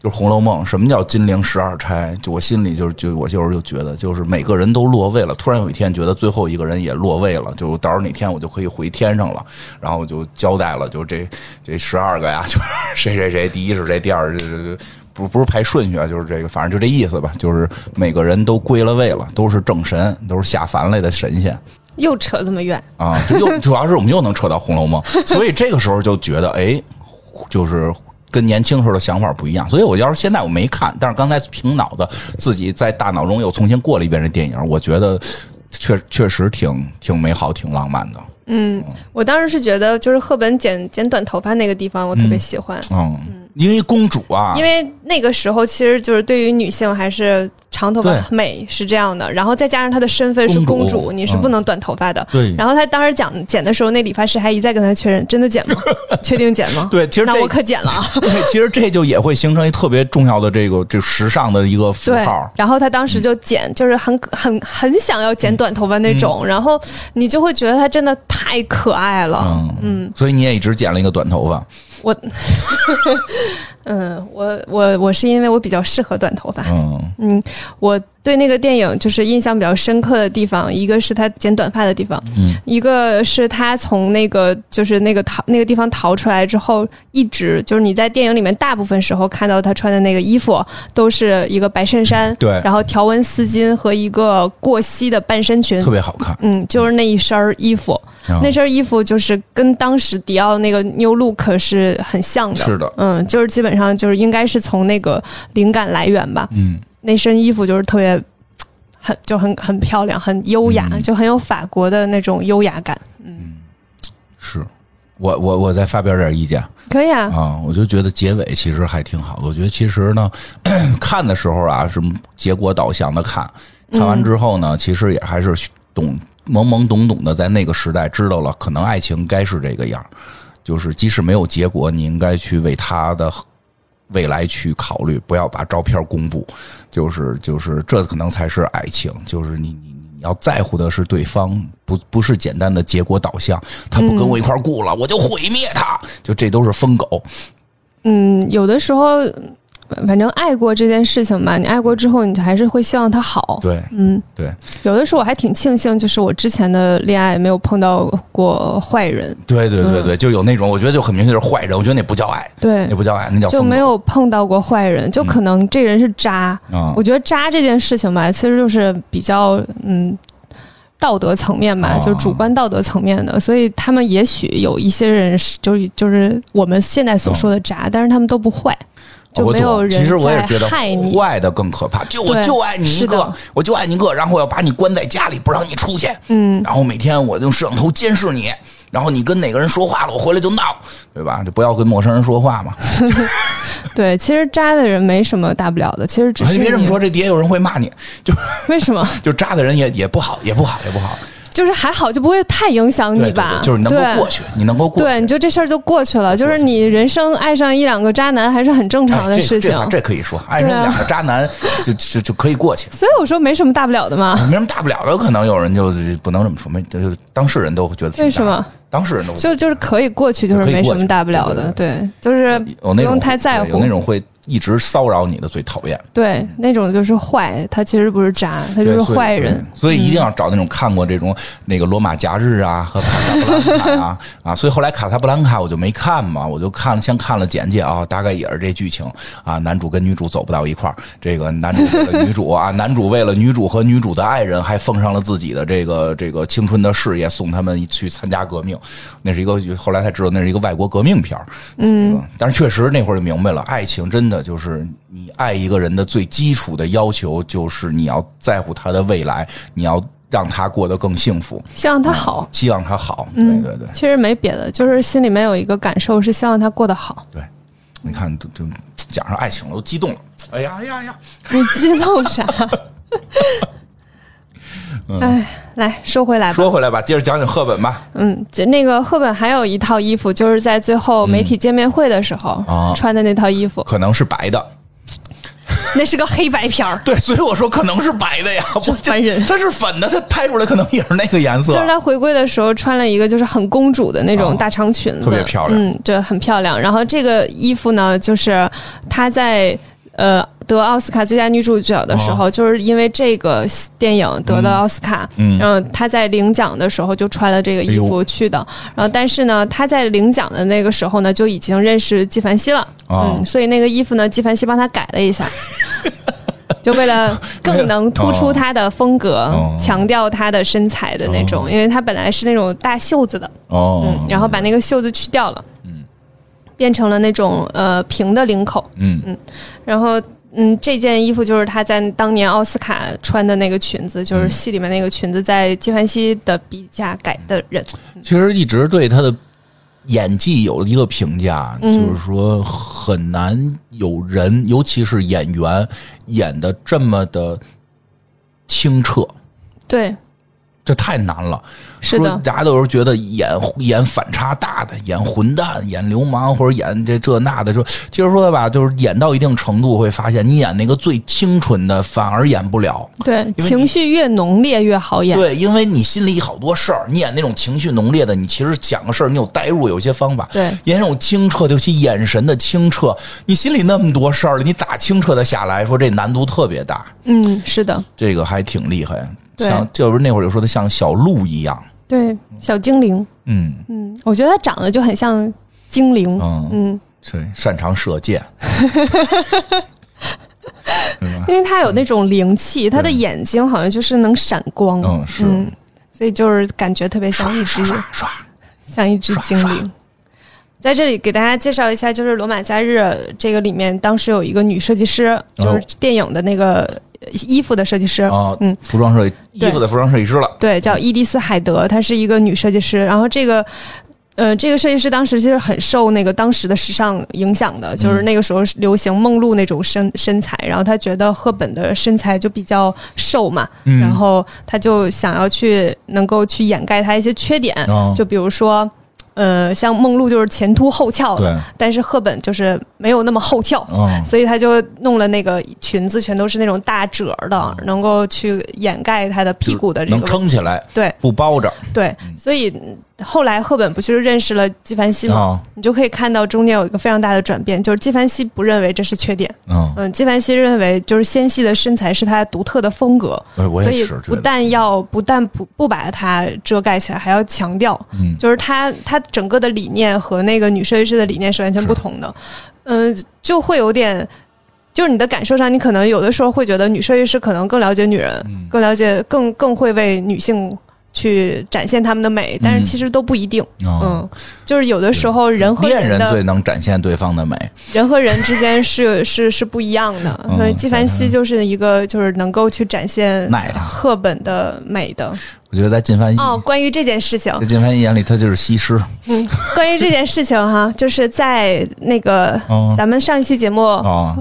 B: 就是《红楼梦》，什么叫金陵十二钗？就我心里就是就我就是就觉得，就是每个人都落位了，突然有一天觉得最后一个人也落位了，就到时候哪天我就可以回天上了，然后我就交代了，就这这十二个呀，就是 谁谁谁，第一是谁，第二是这这这不不是排顺序啊，就是这个，反正就这意思吧，就是每个人都归了位了，都是正神，都是下凡来的神仙。
A: 又扯这么远，
B: 啊，就又主要是我们又能扯到《红楼梦》，所以这个时候就觉得，哎，就是跟年轻时候的想法不一样。所以我要是现在我没看，但是刚才凭脑子自己在大脑中又重新过了一遍这电影，我觉得确确实挺挺美好、挺浪漫的。
A: 我当时是觉得就是赫本剪剪短头发那个地方，我特别喜欢，
B: 嗯，因为公主啊，
A: 因为那个时候其实就是对于女性还是长头发
B: 对
A: 美是这样的，然后再加上她的身份是
B: 公主
A: 公主，你是
B: 嗯
A: 不能短头发的。
B: 对
A: 然后她当时讲剪的时候，那理发师还一再跟她确认，真的剪 吗？确定剪吗？
B: 对其实
A: 那
B: 这
A: 我可剪了 啊。
B: 对，其实这就也会形成一特别重要的这个这时尚的一个符
A: 对
B: 号，。
A: 然后她当时就剪，就是很很很想要剪短头发那
B: 嗯
A: 种，然后你就会觉得她真的太可爱了。
B: 嗯嗯，所以你也一直剪了一个短头发。
A: 我，嗯，我我我是因为我比较适合短头发，
B: 嗯
A: 嗯，我对那个电影就是印象比较深刻的地方，一个是他剪短发的地方，
B: 嗯
A: 一个是他从那个就是那个逃那个地方逃出来之后，一直就是你在电影里面大部分时候看到他穿的那个衣服都是一个白衬衫，
B: 对
A: 然后条纹丝巾和一个过膝的半身裙
B: 特，别好看。
A: 嗯，就是那一身儿衣服，
B: 嗯
A: 那身衣服就是跟当时迪奥那个 New Look 是很像的，
B: 是的
A: 嗯，就是基本上就是应该是从那个灵感来源吧。
B: 嗯，
A: 那身衣服就是特别很就很很漂亮，很优雅，
B: 嗯
A: 就很有法国的那种优雅感。
B: 是我我我再发表点意见。
A: 可以啊，
B: 啊，我就觉得结尾其 实还挺好的。我觉得其实呢，看的时候啊，什么结果导向的看，看完之后呢，其实也还是懂懵懵懂懂的，在那个时代知道了，可能爱情该是这个样儿，就是即使没有结果，你应该去为他的未来去考虑，不要把照片公布，就是就是这可能才是爱情，就是你你你要在乎的是对方，不不是简单的结果导向，他不跟我一块儿过了，我就毁灭他，就这都是疯狗，
A: 嗯，有的时候，反正爱过这件事情吧，你爱过之后，你还是会希望他好。
B: 对
A: 嗯，
B: 对
A: 有的时候我还挺庆幸，就是我之前的恋爱没有碰到过坏人，
B: 对对对对，就有那种我觉得就很明显就是坏人，我觉得那不叫爱，
A: 嗯对
B: 那，不叫爱，那叫
A: 就
B: 疯
A: 没
B: 狗嗯
A: 有碰到过坏人，就可能这人是渣。
B: 啊
A: 我觉得渣这件事情吧，其实就是比较嗯道德层面吧，
B: 哦
A: 就主观道德层面的，所以他们也许有一些人是就是就是我们现在所说的渣，但是他们都不坏，就
B: 嗯我
A: 没有
B: 懂
A: 人
B: 其实我也觉
A: 在
B: 得
A: 害你。
B: 坏的更可怕，就我
A: 对
B: 就爱你一
A: 是
B: 个
A: 的，
B: 我就爱你一个，然后我要把你关在家里，不让你出去。
A: 嗯，
B: 然后每天我用摄像头监视你，然后你跟哪个人说话了，我回来就闹，对吧？就不要跟陌生人说话嘛。
A: 对，其实渣的人没什么大不了的，其实只
B: 哎
A: 是
B: 别这么
A: 你
B: 说，这底下有人会骂你，就
A: 为什么？
B: 就渣的人也也不好，也不好，也不好。
A: 就是还好，就不会太影响
B: 对
A: 你
B: 对
A: 吧
B: 对，？就是你能
A: 对
B: 够过去，你能够过去。
A: 对，你就这事儿就过去了。就是
B: 过去
A: 你人生爱上一两个渣男还是很正常
B: 哎，
A: 的
B: 这
A: 事情，
B: 这话这可以说，爱上
A: 对啊
B: 两个渣男就就就可以过去。
A: 所以我说没什么大不了的嘛。
B: 没什么大不了的，可能有人就就不能这么说，没就是当事人都觉得挺
A: 为什
B: 大的
A: 么？
B: 当事人都
A: 就就是可以过去，就是
B: 可以
A: 没
B: 过
A: 什
B: 去
A: 么大不了的，对，就是
B: 有
A: 不
B: 那种
A: 用太在
B: 有
A: 乎
B: 那。种嗯会一直骚扰你的最讨厌，
A: 对，那种就是坏，他其实不是渣，他
B: 他
A: 就是坏人。嗯
B: 所以一定要找那种看过这种那个《罗马假日》啊和《卡萨布兰卡》啊啊，所以后来《卡萨布兰卡》我就没看嘛，我就看先看了简介啊，大概也是这剧情啊，男主跟女主走不到一块儿，这个男主为了女主啊， 男主为了女主和女主的爱人，还奉上了自己的这个这个青春的事业，送他们去参加革命，那是一个后来才知道那是一个外国革命片儿，嗯，但是确实那会儿就明白了，爱情真的就是你爱一个人的最基础的要求，就是你要在乎他的未来，你要让他过得更幸福，
A: 希望他好，
B: 希望他好。对对对
A: 其实没别的，就是心里面有一个感受是希望他过得 好。
B: 对，你看，就就讲上爱情了，都激动了。哎呀哎呀哎呀！
A: 你激动啥？哎，来收回来吧。
B: 嗯说回来吧，接着讲讲赫本吧。
A: 嗯，这那个赫本还有一套衣服，就是在最后媒体见面会的时候、
B: 嗯啊
A: 穿的那套衣服，
B: 可能是白的，
A: 那是个黑白片儿，
B: 对，所以我说可能是白的呀，
A: 真烦人
B: 他是粉的，他拍出来可能也是那个颜色
A: 就是。她回归的时候穿了一个就是很公主的那
B: 啊
A: 种大长裙子，
B: 特别漂亮
A: 嗯，对，很漂亮。然后这个衣服呢，就是她在呃得奥斯卡最佳女主角的时候，
B: 哦
A: 就是因为这个电影得了奥斯卡，
B: 嗯
A: 然后她在领奖的时候就穿了这个衣
B: 哎
A: 服去的。然后但是呢，她在领奖的那个时候呢，就已经认识纪梵希了，
B: 啊
A: 嗯，所以那个衣服呢，纪梵希帮她改了一 下。就为了更能突出她的风格
B: 哦，
A: 强调她的身材的那种，因为她本来是那种大袖子的，
B: 哦
A: 嗯，然后把那个袖子去掉了，
B: 嗯，
A: 变成了那种呃平的领口，
B: 嗯嗯
A: 然后。嗯，这件衣服就是她在当年奥斯卡穿的那个裙子，就是
B: 嗯
A: 戏里面那个裙子，在纪梵希的笔下改的人。
B: 其实一直对他的演技有一个评价，就是说很难有人，尤其是演员演的这么的清澈，
A: 对，
B: 这太难了。
A: 是
B: 说
A: 的，
B: 大家都是觉得演演反差大的，演混蛋，演流氓或者演这这那的，说其实说吧，就是演到一定程度会发现，你演那个最清纯的反而演不了。
A: 对，
B: 你
A: 情绪越浓烈越好演。
B: 对，因为你心里好多事儿，你演那种情绪浓烈的，你其实讲个事儿，你有代入，有一些方法。
A: 对
B: 演那种清澈的，尤其眼神的清澈，你心里那么多事儿了，你咋清澈的下来？说这难度特别大，
A: 嗯，是的，
B: 这个还挺厉害。
A: 对
B: 像就是那会儿就说的像小鹿一样，
A: 对，小精灵，
B: 嗯
A: 嗯，我觉得她长得就很像精灵。
B: 嗯
A: 嗯，
B: 对，擅长射箭，
A: 因为它有那种灵气，它的眼睛好像就是能闪光，
B: 嗯是
A: 嗯，所以就是感觉特别
B: 刷
A: 像一只
B: 刷刷刷，
A: 像一只精
B: 刷
A: 灵。在这里给大家介绍一下，就是《罗马假日》这个里面，当时有一个女设计师，
B: 哦
A: 就是电影的那个呃衣服的设计师，
B: 啊，
A: 嗯，
B: 服装设计衣服的服装设计师了，
A: 对，叫伊迪丝·海德，她是一个女设计师。然后这个呃，这个设计师当时其实很受那个当时的时尚影响
B: 嗯
A: 的，就是那个时候流行梦露那种身身材，然后他觉得赫本的身材就比较瘦嘛，
B: 嗯
A: 然后他就想要去能够去掩盖他一些缺点，
B: 哦
A: 就比如说，呃，像梦露就是前凸后翘
B: 对
A: 的，，但是赫本就是没有那么后翘，
B: 嗯，
A: 所以他就弄了那个裙子全都是那种大褶儿
B: 哦
A: 的，能够去掩盖他的屁股的这
B: 能
A: 个哎问
B: 撑起来，
A: 对
B: 不包着
A: 对，所以后来赫本不就是认识了纪梵希吗？
B: 啊，
A: 你就可以看到中间有一个非常大的转变，就是纪梵希不认为这是缺点，
B: 嗯，
A: 嗯，纪梵希认为就是纤细的身材是她独特的风格，
B: 哎我
A: 所
B: 也
A: 以
B: 是觉
A: 不
B: 得，
A: 但要不但不不把它遮盖起来，还要强调，
B: 嗯
A: 就是她她整个的理念和那个女设计师的理念是完全不同的，嗯、就会有点，就是你的感受上，你可能有的时候会觉得女设计师可能更了解女人，
B: 嗯
A: 更了解更更会为女性去展现她们的美，但
B: 嗯
A: 是其实都不一定，
B: 哦
A: 嗯，就是有的时候人和
B: 恋
A: 人
B: 人
A: 的
B: 最能展现对方的美，
A: 人和人之间是 是是不一样的，
B: 嗯
A: 所以纪梵希就是一个就是能够去展现
B: 耐他
A: 赫本的美的
B: 我觉得在金帆一，
A: 哦。关于这件事情，
B: 在金帆一眼里，他就是西施，
A: 嗯，关于这件事情哈，就是在那个
B: 哦
A: 咱们上一期节目
B: 哦，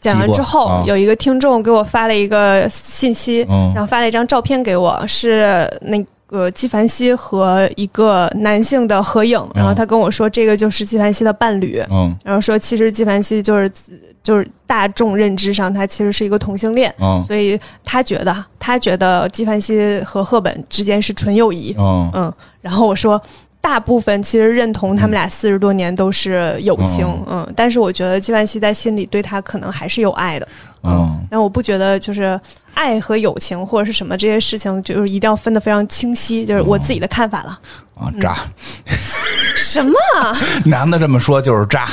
A: 讲完之
B: 提过啊
A: 后，有一个听众给我发了一个信息，
B: 嗯
A: 然后发了一张照片给我，是那个纪梵希和一个男性的合影，然后他跟我说这个就是纪梵希的伴侣，
B: 嗯
A: 然后说其实纪梵希就是就是大众认知上他其实是一个同性恋，
B: 嗯
A: 所以他觉得他觉得纪梵希和赫本之间是纯友谊，
B: 嗯，
A: 嗯，然后我说。大部分其实认同他们俩四十多年都是友情，嗯但是我觉得纪梵希在心里对他可能还是有爱的，
B: 嗯，
A: 但我不觉得就是爱和友情或者是什么这些事情，就是一定要分得非常清晰，就是我自己的看法了。
B: 啊渣，
A: 什么啊
B: 男的这么说就是渣，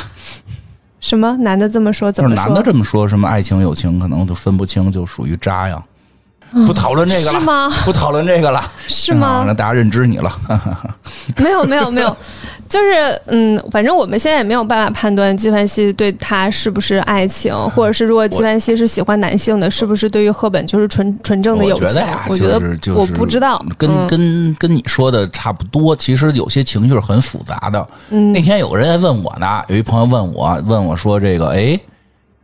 A: 什么男的这么说怎
B: 就是
A: 么说？
B: 男的这么说，什么爱情友情可能就分不清，就属于渣呀。不讨论这个了，
A: 哦是吗
B: 不讨论这个了，
A: 是吗
B: 啊让大家认知你了。
A: 没有没有没有，就是嗯，反正我们现在也没有办法判断纪梵希对他是不是爱情，或者是如果纪梵希是喜欢男性的，是不是对于赫本就是纯纯正的
B: 我
A: 友
B: 觉
A: 情
B: 得呀，？
A: 我觉
B: 就
A: 得
B: 是就是
A: 我不知道，
B: 跟、
A: 嗯
B: 跟跟你说的差不多。其实有些情绪是很复杂的。
A: 嗯
B: 那天有个人在问我呢，有一朋友问我，问我说这个，哎，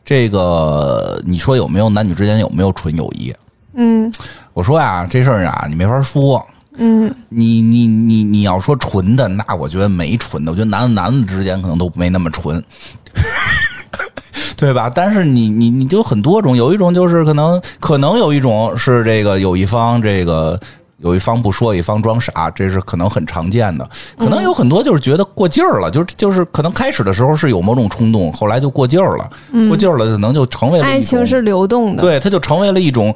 B: 这个你说有没有男女之间有没有纯友谊？
A: 嗯
B: 我说呀，这事儿啊，你没法说。
A: 嗯
B: 你你你你要说纯的，那我觉得没纯的，我觉得男的男的之间可能都没那么纯， 对吧？但是你你你就很多种，有一种就是可能可能有一种是这个有一方这个。有一方不说，一方装傻，这是可能很常见的。可能有很多就是觉得过劲儿了，就是就是可能开始的时候是有某种冲动，后来就过劲儿了，过劲儿了，可能就成为了
A: 嗯
B: 一
A: 爱情
B: 种
A: 是流动的，
B: 对，它就成为了一种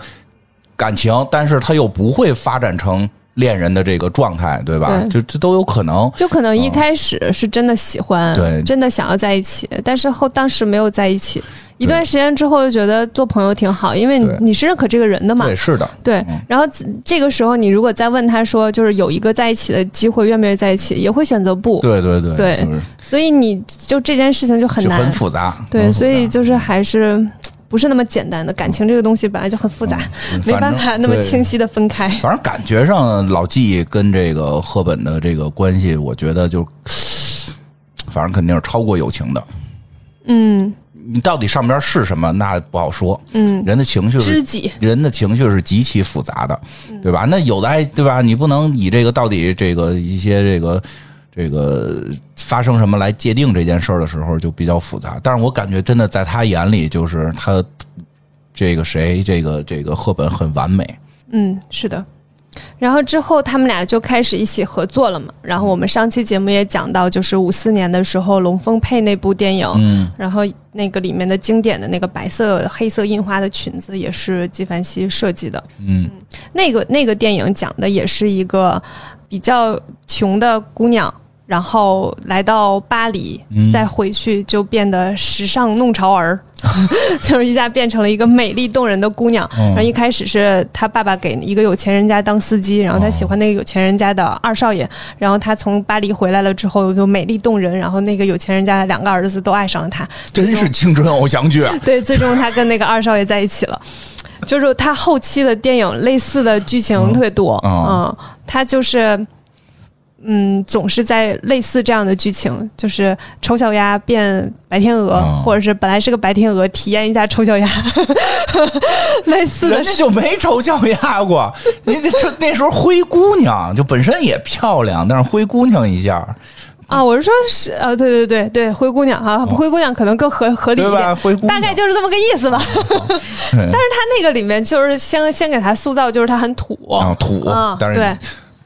B: 感情，但是它又不会发展成恋人的这个状态，对吧？
A: 对
B: 就这都有可能。
A: 就可能一开始是真的喜欢，
B: 嗯对
A: 真的想要在一起，但是后当时没有在一起，一段时间之后就觉得做朋友挺好，因为你
B: 对
A: 你是认可这个人的嘛，
B: 对，是的，
A: 对，然后自这个时候你如果再问他说，就是有一个在一起的机会，愿不愿意在一起，也会选择不。
B: 对对对，
A: 对
B: 就是
A: 所以你就这件事情就很
B: 就
A: 难，
B: 很复杂。嗯
A: 对，
B: 很复杂
A: 所以就是还是嗯不是那么简单的。感情这个东西本来就很复杂，
B: 嗯
A: 没
B: 反
A: 办
B: 正
A: 法那么
B: 对
A: 清晰的分开。
B: 反正感觉上老纪跟这个赫本的这个关系，我觉得就，反正肯定是超过友情的。
A: 嗯
B: 你到底上边是什么，那不好说。
A: 嗯，
B: 人的情绪是
A: 知己
B: 人的情绪是极其复杂的，
A: 嗯
B: 对吧？那有的爱，对吧？你不能以这个到底这个一些这个这个发生什么来界定这件事儿的时候就比较复杂。但是我感觉真的在他眼里，就是他这个谁，这个这个赫本很完美。
A: 嗯，是的。然后之后他们俩就开始一起合作了嘛。然后我们上期节目也讲到，就是五四年的时候，《龙凤配》那部电影，
B: 嗯，
A: 然后那个里面的经典的那个白色黑色印花的裙子也是纪梵希设计的。
B: 嗯，
A: 那个那个电影讲的也是一个比较穷的姑娘，然后来到巴黎，
B: 嗯
A: 再回去就变得时尚弄潮儿， 就是一下变成了一个美丽动人的姑娘。
B: 嗯
A: 然后一开始是她爸爸给一个有钱人家当司机，然后她喜欢那个有钱人家的二少爷，然后她从巴黎回来了之后就美丽动人，然后那个有钱人家的两个儿子都爱上了她，
B: 真是青春偶像 剧啊。
A: 对，最终他跟那个二少爷在一起了。就是他
B: 哦
A: 后期的电影类似的剧情特别多，
B: 嗯
A: 嗯，他就是嗯，总是在类似这样的剧情，就是丑小鸭变白天鹅，
B: 哦
A: 或者是本来是个白天鹅，体验一下丑小鸭， 类似的
B: 人家就没瞅小鸭过，你这这那时候灰姑娘就本身也漂亮，但是灰姑娘一下，
A: 啊，我是说是呃，对对对对，灰姑娘啊，灰姑娘可能更合合理一
B: 哦对吧？
A: 点，
B: 灰姑
A: 大
B: 娘
A: 概
B: 哦
A: 就是这么个意思吧。
B: 对
A: 但是他那个里面就是先先给他塑造，就是他很土，
B: 啊土
A: 嗯，
B: 但是
A: 对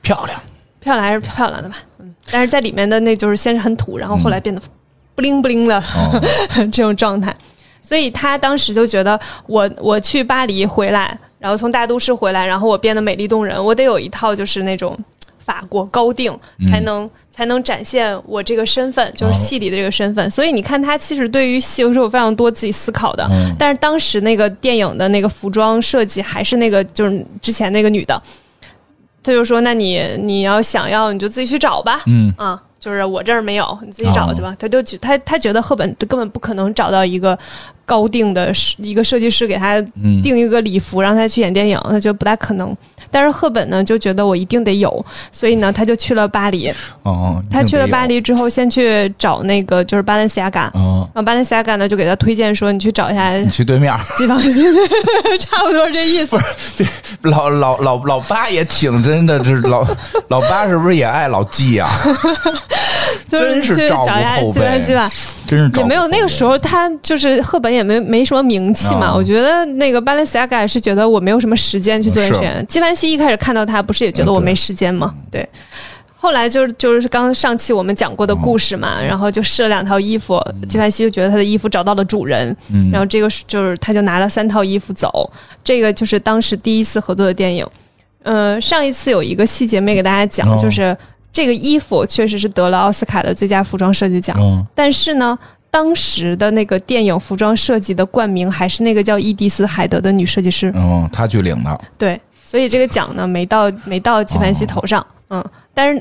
B: 漂亮，
A: 漂亮还是漂亮的吧，嗯。但是在里面的那就是先是很土，然后后来变得不灵不灵的、
B: 嗯
A: 这种状态，所以他当时就觉得我我去巴黎回来，然后从大都市回来，然后我变得美丽动人，我得有一套就是那种法国高定才能、才能展现我这个身份，就是戏里的这个身份。所以你看，他其实对于戏有是有非常多自己思考的。
B: 嗯
A: 但是当时那个电影的那个服装设计还是那个，就是之前那个女的，她就说：“那你你要想要，你就自己去找吧。”
B: 嗯，哦
A: 啊，就是我这儿没有，你自己找去吧。他就觉他他觉得赫本根本不可能找到一个高定的设一个设计师给他
B: 嗯
A: 定一个礼服，让他去演电影，他觉得不大可能。但是赫本呢，就觉得我一定得有，所以
B: 嗯
A: 呢，他就去了巴黎。
B: 哦，
A: 他
B: 一定
A: 去了
B: 得有
A: 巴，黎之后，先去找那个就是巴伦西亚嘎，
B: 嗯，
A: 然后巴伦西亚嘎呢就给他推荐说，你去找一 下
B: 你去对面，
A: 季芳心， 差不多这意思。
B: 老老老老八也挺真的，这 老老八是不是也爱老季啊？
A: 就
B: 真是
A: 去
B: 照
A: 找
B: 顾
A: 一下
B: 后
A: 季芳
B: 辈
A: 心吧。
B: 真是
A: 也没有那个时
B: 候，
A: 候，他就是赫本也没没什么名气嘛。
B: 啊
A: 我觉得那个巴伦西亚嘎是觉得我没有什么时间去做这
B: 是
A: 些。纪梵希一开始看到他，不是也觉得我
B: 嗯对
A: 没时间吗？对。后来就是就是刚上期我们讲过的故事嘛，
B: 嗯
A: 然后就试了两套衣服，纪梵希就觉得他的衣服找到了主人，
B: 嗯
A: 然后这个是就是他就拿了三套衣服走，这个就是当时第一次合作的电影。呃，上一次有一个细节没给大家讲，
B: 哦
A: 就是这个衣服确实是得了奥斯卡的最佳服装设计奖，
B: 嗯
A: 但是呢，当时的那个电影服装设计的冠名还是那个叫伊迪丝·海德的女设计师，
B: 嗯，他去领的，
A: 对，所以这个奖呢没到没到纪梵希头上，嗯，但是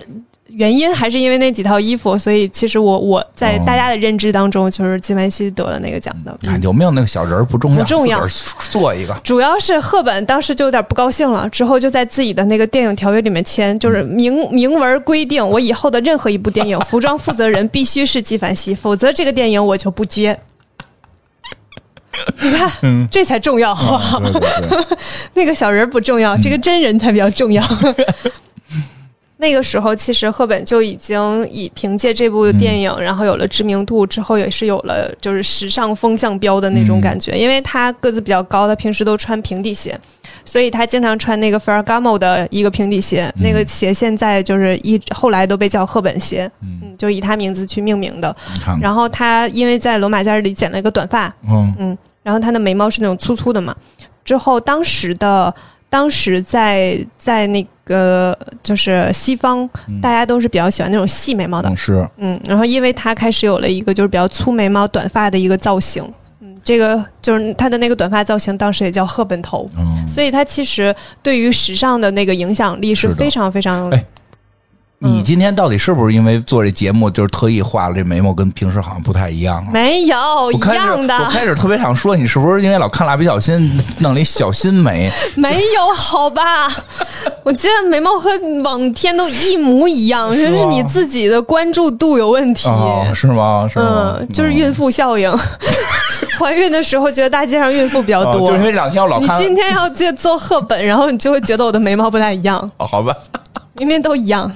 A: 原因还是因为那几套衣服，所以其实我我在
B: 哦
A: 大家的认知当中，就是纪梵希得了那个奖的。
B: 哎有没有那个小人儿不重要，
A: 嗯不重要
B: 自个儿做 一个，
A: 主要是赫本当时就有点不高兴了，之后就在自己的那个电影条约里面签，就是明明文规定，我以后的任何一部电影， 服装负责人必须是纪梵希，否则这个电影我就不接。你看，
B: 嗯
A: 这才重要，好不好？
B: 对对对，
A: 那个小人不重要，这个真人才比较重要。 那个时候，其实赫本就已经以凭借这部电影，然后有了知名度之后，也是有了就是时尚风向标的那种感觉。因为他个子比较高，他平时都穿平底鞋，所以他经常穿那个 Ferragamo 的一个平底鞋。那个鞋现在就是一后来都被叫赫本鞋，嗯，就以他名字去命名的。
B: 你看看，
A: 然后他因为在罗马假日里剪了一个短发，
B: 嗯
A: 然后他的眉毛是那种粗粗的嘛。之后当时的当时在在那个就是西方，大家都是比较喜欢那种细眉毛的
B: 嗯，是，
A: 嗯。然后因为他开始有了一个就是比较粗眉毛短发的一个造型，嗯，这个就是他的那个短发造型，当时也叫赫本头。
B: 嗯，
A: 所以他其实对于时尚的那个影响力是
B: 是的
A: 非常非常
B: 哎你今天到底是不是因为做这节目，就是特意画了这眉毛，跟平时好像不太一样啊？
A: 没有
B: 我
A: 一
B: 开始
A: 样
B: 我
A: 的，
B: 开始特别想说，你是不是因为老看蜡笔小新，弄了一小新 眉？
A: 没有好 吧？我觉得眉毛和往天都一模一样，
B: 是
A: 就
B: 吗
A: 是你自己的关注度有问题。
B: 哦，是吗？是吗？
A: 嗯，就是孕妇效应。怀孕的时候觉得大街上孕妇比较
B: 哦
A: 啊多。
B: 就是因为这两天我老
A: 你
B: 看，
A: 今天要去做赫本，然后你就会觉得我的眉毛不太一样，
B: 哦好吧，
A: 明明都一样。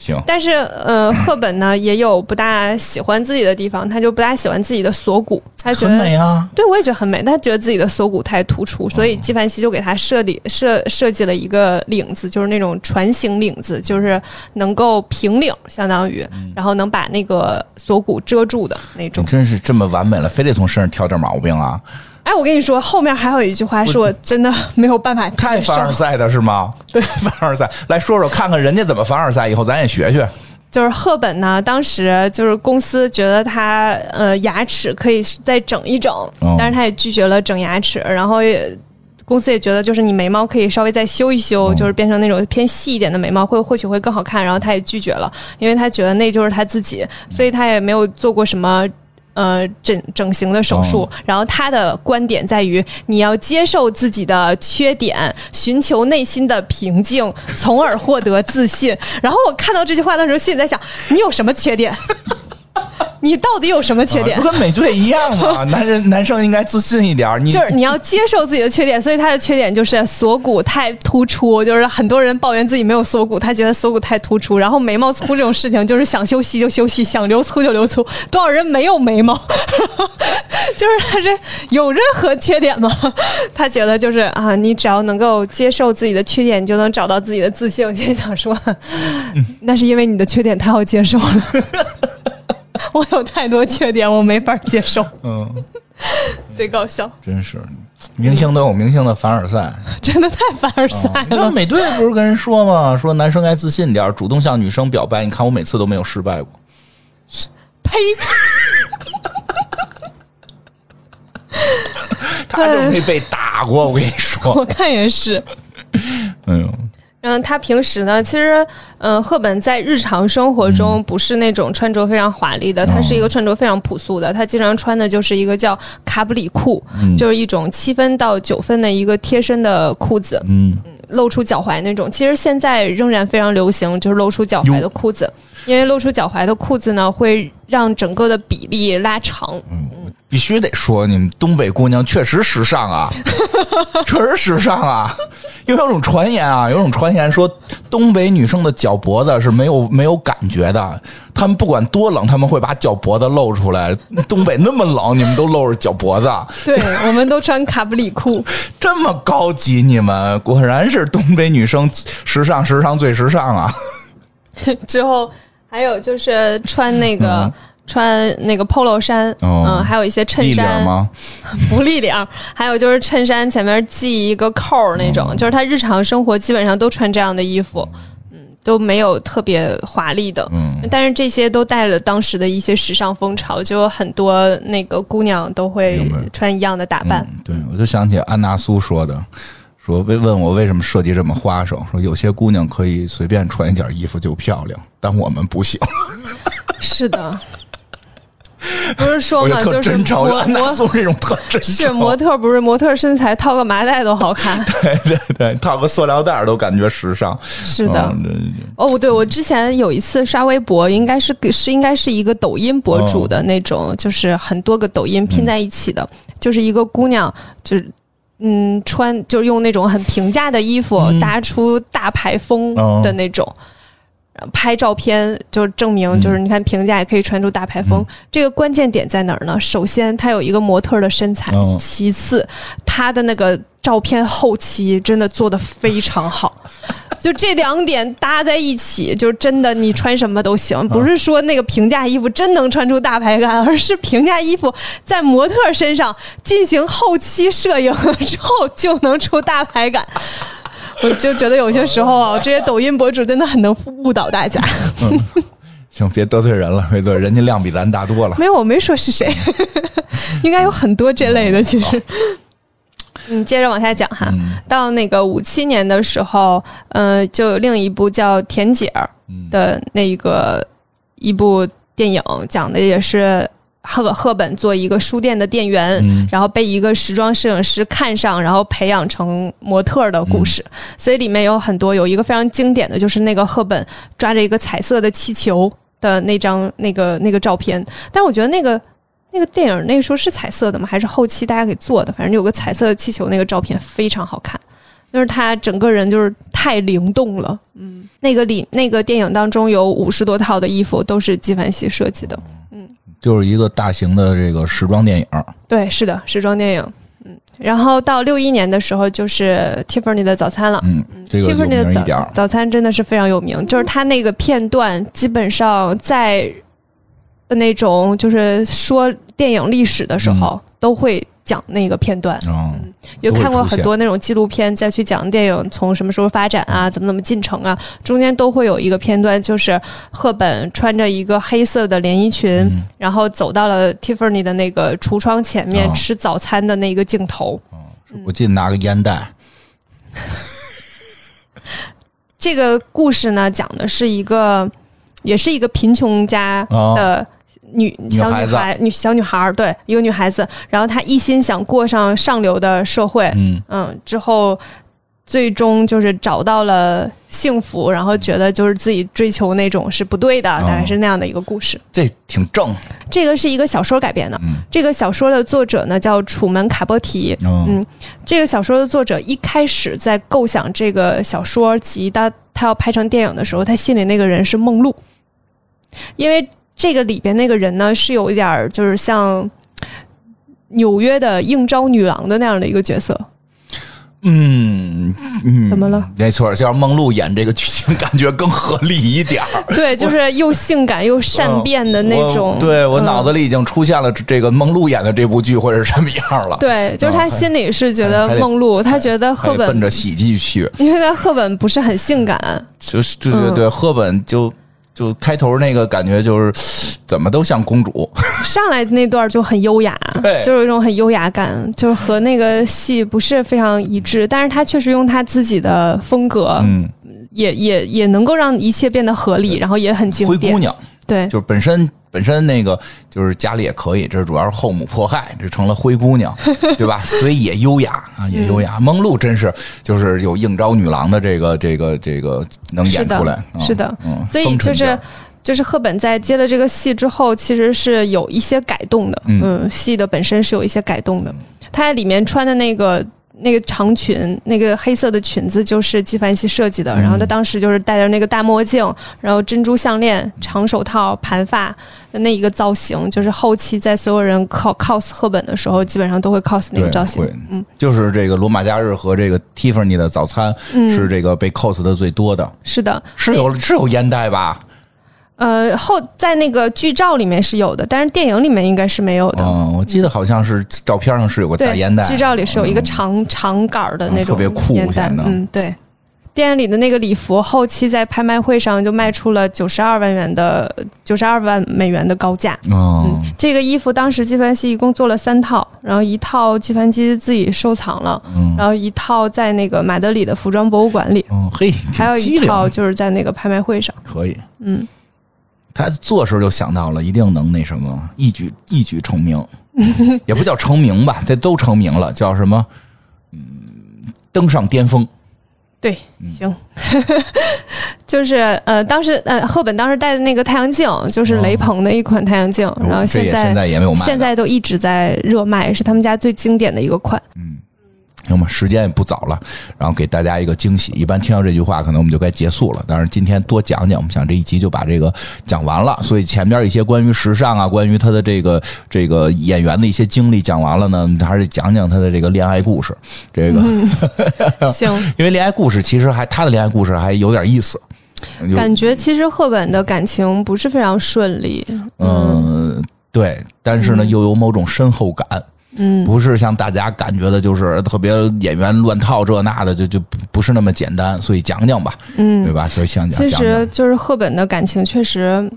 B: 行，
A: 但是呃，赫本呢也有不大喜欢自己的地方，她就不大喜欢自己的锁骨，她觉
B: 很
A: 得
B: 美啊，
A: 对，我也觉得很美，但他觉得自己的锁骨太突
B: 哦
A: 出，所以纪梵希就给他设计设设计了一个领子，就是那种船形领子，就是能够平领，相当于，
B: 嗯
A: 然后能把那个锁骨遮住的那
B: 你
A: 种。
B: 真是这么完美了，非得从身上挑点毛病 啊？
A: 哎，我跟你说，后面还有一句话是我真的没有办法
B: 太
A: 接受
B: 凡，尔赛的是 吗？对， 凡尔赛，来说说看看人家怎么凡尔赛，以后咱也学学。
A: 就是赫本呢，当时就是公司觉得他呃牙齿可以再整一整，
B: 哦
A: 但是他也拒绝了整牙齿，然后也公司也觉得就是你眉毛可以稍微再修一修，
B: 哦
A: 就是变成那种偏细一点的眉毛，会或许会更好看。然后他也拒绝了，因为他觉得那就是他自己，所以他也没有做过什么。呃整整形的手术，然后他的观点在于你要接受自己的缺点，寻求内心的平静，从而获得自信。然后我看到这句话的时候，心里在想，你有什么缺点？你到底有什么缺点
B: 啊？不跟美队一样 吗？男人男生应该自信一点儿。你
A: 就是你要接受自己的缺点，所以他的缺点就是锁骨太突出，就是很多人抱怨自己没有锁骨，他觉得锁骨太突出，然后眉毛粗这种事情就是想修细就修细，想留粗就留粗， 多少人没有眉毛？就是他这有任何缺点吗？他觉得就是啊，你只要能够接受自己的缺点，你就能找到自己的自信。我心想说，那是因为你的缺点太好接受了。 我有太多缺点，我没法接受，
B: 嗯，
A: 贼搞笑，
B: 真是明星都有明星的凡尔 赛。
A: 真的太凡尔赛
B: 啊
A: 了。
B: 你看美队不是跟人说吗？说男生该自信点儿，主动向女生表白。你看我每次都没有失败过。
A: 呸！
B: 他就没被打过，我跟你说。
A: 我看也是。
B: 哎呦，
A: 嗯，他平时呢，其实，嗯、赫本在日常生活中不是那种穿着非常华丽的，他是一个穿着非常朴素的。他经常穿的就是一个叫卡布里裤，就是一种七分到九分的一个贴身的裤子，
B: 嗯，
A: 露出脚踝那种。其实现在仍然非常流行，就是露出脚踝的裤子，因为露出脚踝的裤子呢，会让整个的比例拉长。
B: 必须得说，你们东北姑娘确实时尚啊，确实时尚啊。因为有种传言啊，有种传言说东北女生的脚脖子是没有没有感觉的，她们不管多冷，她们会把脚脖子露出来。东北那么冷，你们都露着脚脖子，
A: 对，我们都穿卡布里裤。
B: 这么高级，你们果然是东北女生时尚，时尚最时尚啊！
A: 之后还有就是穿那个、穿那个 polo 衫，
B: 嗯哦
A: 嗯，还有一些衬
B: 立领
A: 衫
B: 吗？
A: 不立领儿，还有就是衬衫前面系一个扣儿那
B: 哦
A: 种，就是他日常生活基本上都穿这样的衣服，嗯，都没有特别华丽的，
B: 嗯，
A: 但是这些都带了当时的一些时尚风潮，就有很多那个姑娘都会
B: 明白
A: 穿一样的打扮，
B: 嗯。对，我就想起安娜苏说的，说被问我为什么设计这么花哨，说有些姑娘可以随便穿一件衣服就漂亮，但我们不行。
A: 是 的。不是说
B: 嗯我就
A: 嘛，
B: 特
A: 就是
B: 真诚，我
A: 模
B: 安娜
A: 模
B: 苏这种特真
A: 是
B: 诚，
A: 模特，不是模特身材套个麻袋都好看。
B: 对对对，套个塑料袋儿都感觉时尚。
A: 是的，
B: 嗯对对
A: 哦，对，我之前有一次刷微博，应该是是应该是一个抖音博主
B: 嗯
A: 的那种，就是很多个抖音拼在一起的，就是一个姑娘，就是嗯，穿就用那种很平价的衣服
B: 嗯
A: 搭出大牌风
B: 哦
A: 的那种。拍照片就证明，就是你看评价也可以穿出大牌风。这个关键点在哪儿呢？首先，她有一个模特儿的身材，
B: 哦
A: 其次，她的那个照片后期真的做的非常好。就这两点搭在一起，就真的你穿什么都行，不是说那个平价衣服真能穿出大牌感，而是平价衣服在模特儿身上进行后期摄影了之后就能出大牌感。我就觉得有些时候啊，这些抖音博主真的很能误导大家。
B: 行，别得罪人了，别得罪人家量比咱大多了。
A: 没有，我没说是谁，应该有很多这类的。其实，嗯，接着往下讲哈，到那个五七年的时候，呃，就有另一部叫《田姐儿》
B: 嗯
A: 的那一个一部电影，讲的也是。赫本赫本做一个书店的店员，然后被一个时装摄影师看上，然后培养成模特儿的故事。所以里面有很多有一个非常经典的就是那个赫本抓着一个彩色的气球的那张那个那个照片，但我觉得那个那个电影那个时候是彩色的吗？还是后期大家给做的？反正有个彩色的气球，那个照片非常好看，就是他整个人就是太灵动了。嗯，那个里那个电影当中有五十多套的衣服都是纪梵希设计的。
B: 就是一个大型的这个时装电影儿，
A: 对，是的，时装电影。嗯，然后到六一年的时候就是 Tiffany 的早餐了。
B: 嗯，这个有
A: Tiffany
B: 名
A: 的
B: 一
A: 早
B: 点儿。
A: 早餐真的是非常有名，就是他那个片段基本上在那种就是说电影历史的时候、都会讲那个片段。
B: 嗯，
A: 有
B: 都会
A: 看过
B: 出
A: 很
B: 现
A: 多那种纪录片，再去讲电影从什么时候发展
B: 嗯
A: 啊，怎么怎么进程啊，中间都会有一个片段，就是赫本穿着一个黑色的连衣裙，
B: 嗯
A: 然后走到了 Tiffany 的那个橱窗前面
B: 哦
A: 吃早餐的那个镜头。嗯
B: 我记得拿个烟袋，
A: 这个故事呢，讲的是一个，也是一个贫穷家的女
B: 啊女
A: 小
B: 孩
A: 女
B: 子
A: 孩女小女孩儿，对，一个女孩子，然后她一心想过上上流的社会，
B: 嗯，
A: 嗯，之后最终就是找到了幸福，然后觉得就是自己追求那种是不对的，
B: 哦
A: 大概是那样的一个故事。
B: 这挺正，
A: 这个是一个小说改编的，
B: 嗯
A: 这个小说的作者呢叫楚门卡波提，
B: 嗯
A: 嗯这个小说的作者一开始在构想这个小说集，他他要拍成电影的时候，他心里那个人是梦露，因为这个里边那个人呢是有一点儿就是像纽约的应招女郎的那样的一个角色，
B: 嗯嗯，
A: 怎么了？
B: 没错，要是梦露演这个剧情， 感觉更合理一点儿。
A: 对，就是又性感又善变的那种。
B: 我对我
A: 嗯
B: 脑子里已经出现了这个梦露演的这部剧会是什么样了。
A: 对，就是他心里是觉得
B: 还得
A: 梦露，他觉得
B: 还
A: 赫
B: 得奔
A: 本，
B: 着喜剧去，
A: 因为他赫本不是很性感，
B: 就是对
A: 嗯
B: 对对，赫本就就开头那个感觉就是怎么都像公主，
A: 上来那段就很优雅
B: 对，
A: 就是有一种很优雅感，就是和那个戏不是非常一致，但是他确实用他自己的风格，
B: 嗯，
A: 也也也能够让一切变得合理，然后也很经
B: 灰姑
A: 典。
B: 娘
A: 对
B: 就是本身本身那个就是家里也可以，这主要是后母迫害，这成了灰姑娘，对吧？所以也优雅啊，也优
A: 嗯
B: 雅。梦露真是就是有应招女郎的这个这个这个能演出来，嗯
A: 是的，
B: 嗯，
A: 所以
B: 风尘
A: 就
B: 劲
A: 是
B: 儿。
A: 就是赫本在接了这个戏之后，其实是有一些改动的，
B: 嗯
A: 嗯，戏的本身是有一些改动的。她在里面穿的那个那个长裙，那个黑色的裙子就是纪梵希设计的，
B: 嗯
A: 然后她当时就是戴着那个大墨镜，然后珍珠项
B: 嗯
A: 链、长手套、盘发的那一个造型，就是后期在所有人 cos cos 赫本的时候，基本上都会 cos 那个
B: 对
A: 造型
B: 会，
A: 嗯
B: 就是这个罗马假日和这个 Tiffany 的早餐是
A: 嗯，
B: 这个被 cos 的最多的，
A: 是的，
B: 是有是有烟袋吧？
A: 呃，后在那个剧照里面是有的，但是电影里面应该是没有的。
B: 嗯，我记得好像是照片上是有个
A: 对，
B: 大烟袋，嗯
A: 剧照里是有一个长、长杆儿的那种
B: 特别酷
A: 烟袋
B: 显得，
A: 嗯，对。电影里的那个礼服，后期在拍卖会上就卖出了九十二万元的九十二万美元的高价。
B: 嗯
A: 嗯，这个衣服当时纪梵希一共做了三套，然后一套纪梵希自己收藏了，
B: 嗯
A: 然后一套在那个马德里的服装博物馆里，
B: 嗯，嘿，挺
A: 还有
B: 机
A: 一
B: 灵啊
A: 套就是在那个拍卖会上。
B: 可以，
A: 嗯，
B: 他做时候就想到了，一定能那什么，一举一举成 名，也不叫成名吧，这都成名了，叫什么？嗯，登上巅峰。
A: 对，
B: 嗯
A: 行， 就是呃，当时呃，赫本当时戴的那个太阳镜，就是雷朋的一款太阳镜，然后
B: 哦这
A: 现
B: 也
A: 在
B: 现在也没有卖的，
A: 现在都一直在热卖，是他们家最经典的一个 款。
B: 行吧，时间也不早了，然后给大家一个惊喜。一般听到这句话，可能我们就该结束了。但是今天多讲讲，我们想这一集就把这个讲完了。所以前边一些关于时尚啊，关于他的这个这个演员的一些经历讲完了呢，我们还是得讲讲他的这个恋爱故事。这
A: 嗯
B: 个，
A: 行，
B: 因为恋爱故事其实还他的恋爱故事还有点意思。有
A: 感觉其实赫本的感情不是非常顺利。
B: 嗯，对，但是呢，又有某种深厚感。
A: 嗯，
B: 不是像大家感觉的，就是呃特别演员乱套这那的，就就不不是那么简单，所以讲讲吧，
A: 嗯
B: 对吧？所以想讲
A: 其
B: 讲讲
A: 实，就是赫本的感情确实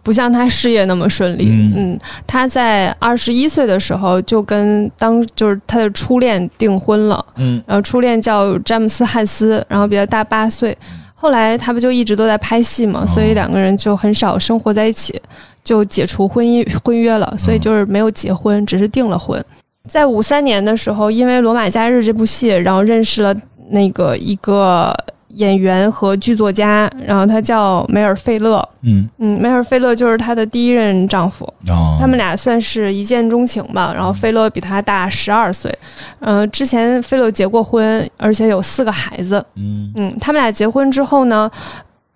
A: 不像她事业那么顺利。
B: 嗯
A: 嗯，她在二十一岁的时候就跟当就是她的初恋订婚了。
B: 嗯，
A: 然后呃初恋叫詹姆斯·汉斯，然后比他大八岁。后来他不就一直都在拍戏嘛，所以两个人就很少生活在一起，就解除婚姻婚约了，所以就是没有结婚，只是订了婚。在五三年的时候，因为《罗马假日》这部戏，然后认识了那个一个演员和剧作家，然后他叫梅尔费勒，
B: 嗯，
A: 嗯，梅尔费勒就是她的第一任丈夫，
B: 哦，
A: 他们俩算是一见钟情吧，然后菲勒比他大十二岁，呃，之前菲勒结过婚，而且有四个孩子，
B: 嗯
A: 嗯，他们俩结婚之后呢，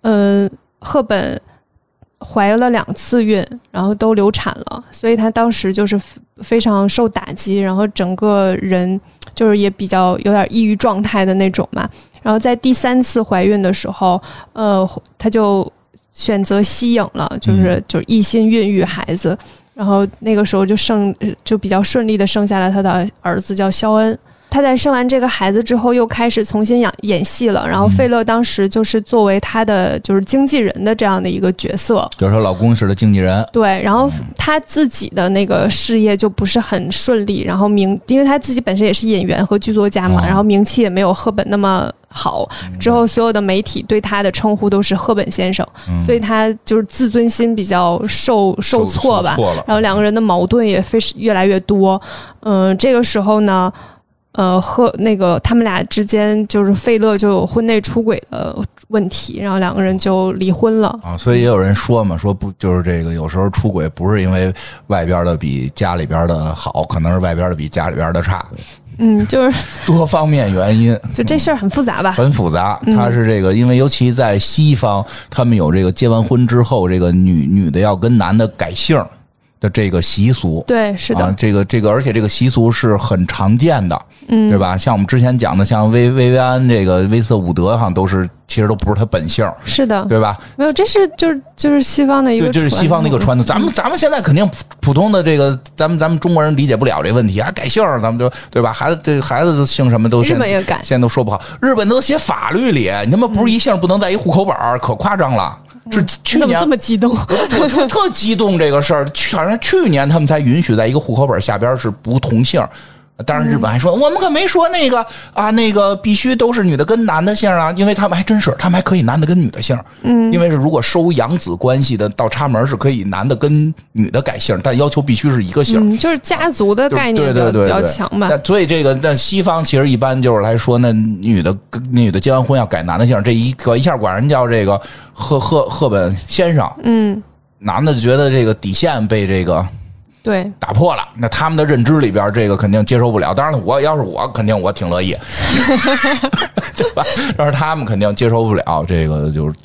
A: 呃，赫本怀了两次孕，然后都流产了，所以她当时就是非非常受打击，然后整个人就是也比较有点抑郁状态的那种嘛。然后在第三次怀孕的时候，呃，她就选择吸引了，就是就是一心孕育孩子。然后那个时候就生就比较顺利的生下了她的儿子叫肖恩，他在生完这个孩子之后，又开始重新演演戏了。然后费乐当时就是作为他的就是经纪人的这样的一个角色，
B: 就是她老公是她经纪人，
A: 对。然后他自己的那个事业就不是很顺利，然后名，因为他自己本身也是演员和剧作家嘛，
B: 哦
A: 然后名气也没有赫本那么好。之后所有的媒体对他的称呼都是赫本先生，
B: 嗯
A: 所以他就是自尊心比较受受挫吧。
B: 错了，
A: 然后两个人的矛盾也非越来越多。嗯、这个时候呢，呃，和那个他们俩之间就是费勒就有婚内出轨的问题，然后两个人就离婚了。
B: 啊，所以也有人说嘛，说不就是这个，有时候出轨不是因为外边的比家里边的好，可能是外边的比家里边的差，
A: 嗯，就是
B: 多方面原因。
A: 就这事儿很复杂吧。
B: 很复杂，
A: 嗯
B: 它是这个，因为尤其在西方，他们有这个结完婚之后，这个女女的要跟男的改姓的这个习俗。
A: 对，是的，
B: 啊，这个这个，而且这个习俗是很常见的，
A: 嗯
B: 对吧？像我们之前讲的，像薇薇薇安这个威瑟伍德，好像都是其实都不是他本姓，
A: 是的，
B: 对吧？
A: 没有，这是就是就是西方的一
B: 对，
A: 个，
B: 这是西方的一个。传统。咱们咱们现在肯定普普通的这个，咱们咱们中国人理解不了这问题啊，改姓儿咱们就对吧？孩子这孩子都姓什么都
A: 日
B: 现
A: 本也改，嗯
B: 现在都说不好，日本都写法律里，你他妈不是一姓不能在一户口本儿，可夸张了。这去
A: 你怎么
B: 年
A: 这么激动？
B: 我就特激动这个事儿，去好像去年他们才允许在一个户口本下边是不同姓。当然，日本还说、我们可没说那个啊，那个必须都是女的跟男的姓啊，因为他们还真是，他们还可以男的跟女的姓。嗯，因为是如果收养子关系的倒插门是可以男的跟女的改姓，但要求必须是一个姓。
A: 嗯，就是家族的
B: 就
A: 概念
B: 对
A: 比较
B: 对对
A: 比较
B: 对
A: 强吧
B: 那。所以这个，那西方其实一般就是来说，那女的跟女的结完婚要改男的姓，这一个一下管人叫这个赫赫赫本先生，
A: 嗯，
B: 男的就觉得这个底线被这个
A: 对，
B: 打破了，那他们的认知里边这个肯定接受不了。当然了，我要是我肯定我挺 乐意，对吧？但是他们肯定接受不了这个，就是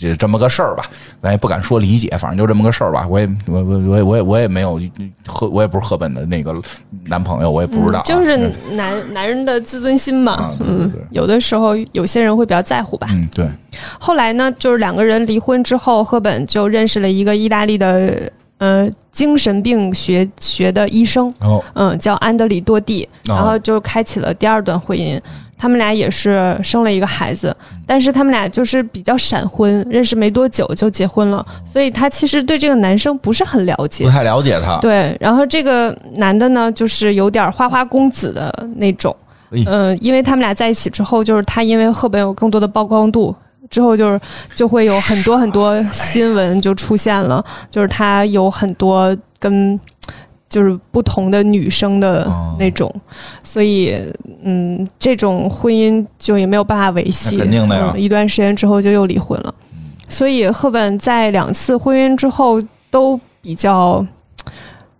B: 这这么个事儿吧。咱也不敢说理解，反正就这么个事儿吧。我也我我我也我也我也没有赫，我也不是赫本的那个男朋友，我也不知道啊、
A: 就是男男人的自尊心嘛
B: 啊。对对
A: 嗯
B: 对，
A: 有的时候有些人会比较在乎吧。
B: 嗯，对，
A: 后来呢，就是两个人离婚之后，赫本就认识了一个意大利的呃精神病学学的医生，
B: 然后
A: 嗯，叫安德里多蒂，然
B: 啊
A: 后就开启了第二段婚姻。他们俩也是生了一个孩子，
B: 嗯
A: 但是他们俩就是比较闪婚，认识没多久就结婚了，所以他其实对这个男生不是很了解
B: 哦不。太了解他，
A: 对，然后这个男的呢，就是有点花花公子的那种
B: 哎，
A: 嗯，因为他们俩在一起之后，就是他因为赫本有更多的曝光度。之后就是就会有很多很多新闻就出现了，就是他有很多跟就是不同的女生的
B: 哦
A: 那种，所以嗯，这种婚姻就也没有办法维系，
B: 那肯定的呀嗯
A: 嗯，一段时间之后就又离婚了。所以赫本在两次婚姻之后都比较，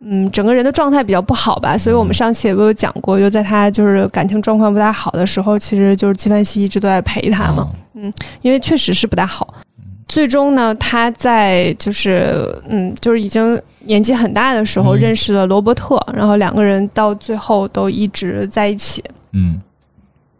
A: 嗯，整个人的状态比较不好吧。所以我们上期也不有讲过，就在她就是感情状况不大好的时候，其实就是纪梵希一直都在陪她
B: 啊哦
A: 嘛，因为确实是不大好。最终呢，她在就是嗯，就是已经年纪很大的时候
B: 嗯
A: 认识了罗伯特，然后两个人到最后都一直在一起。
B: 嗯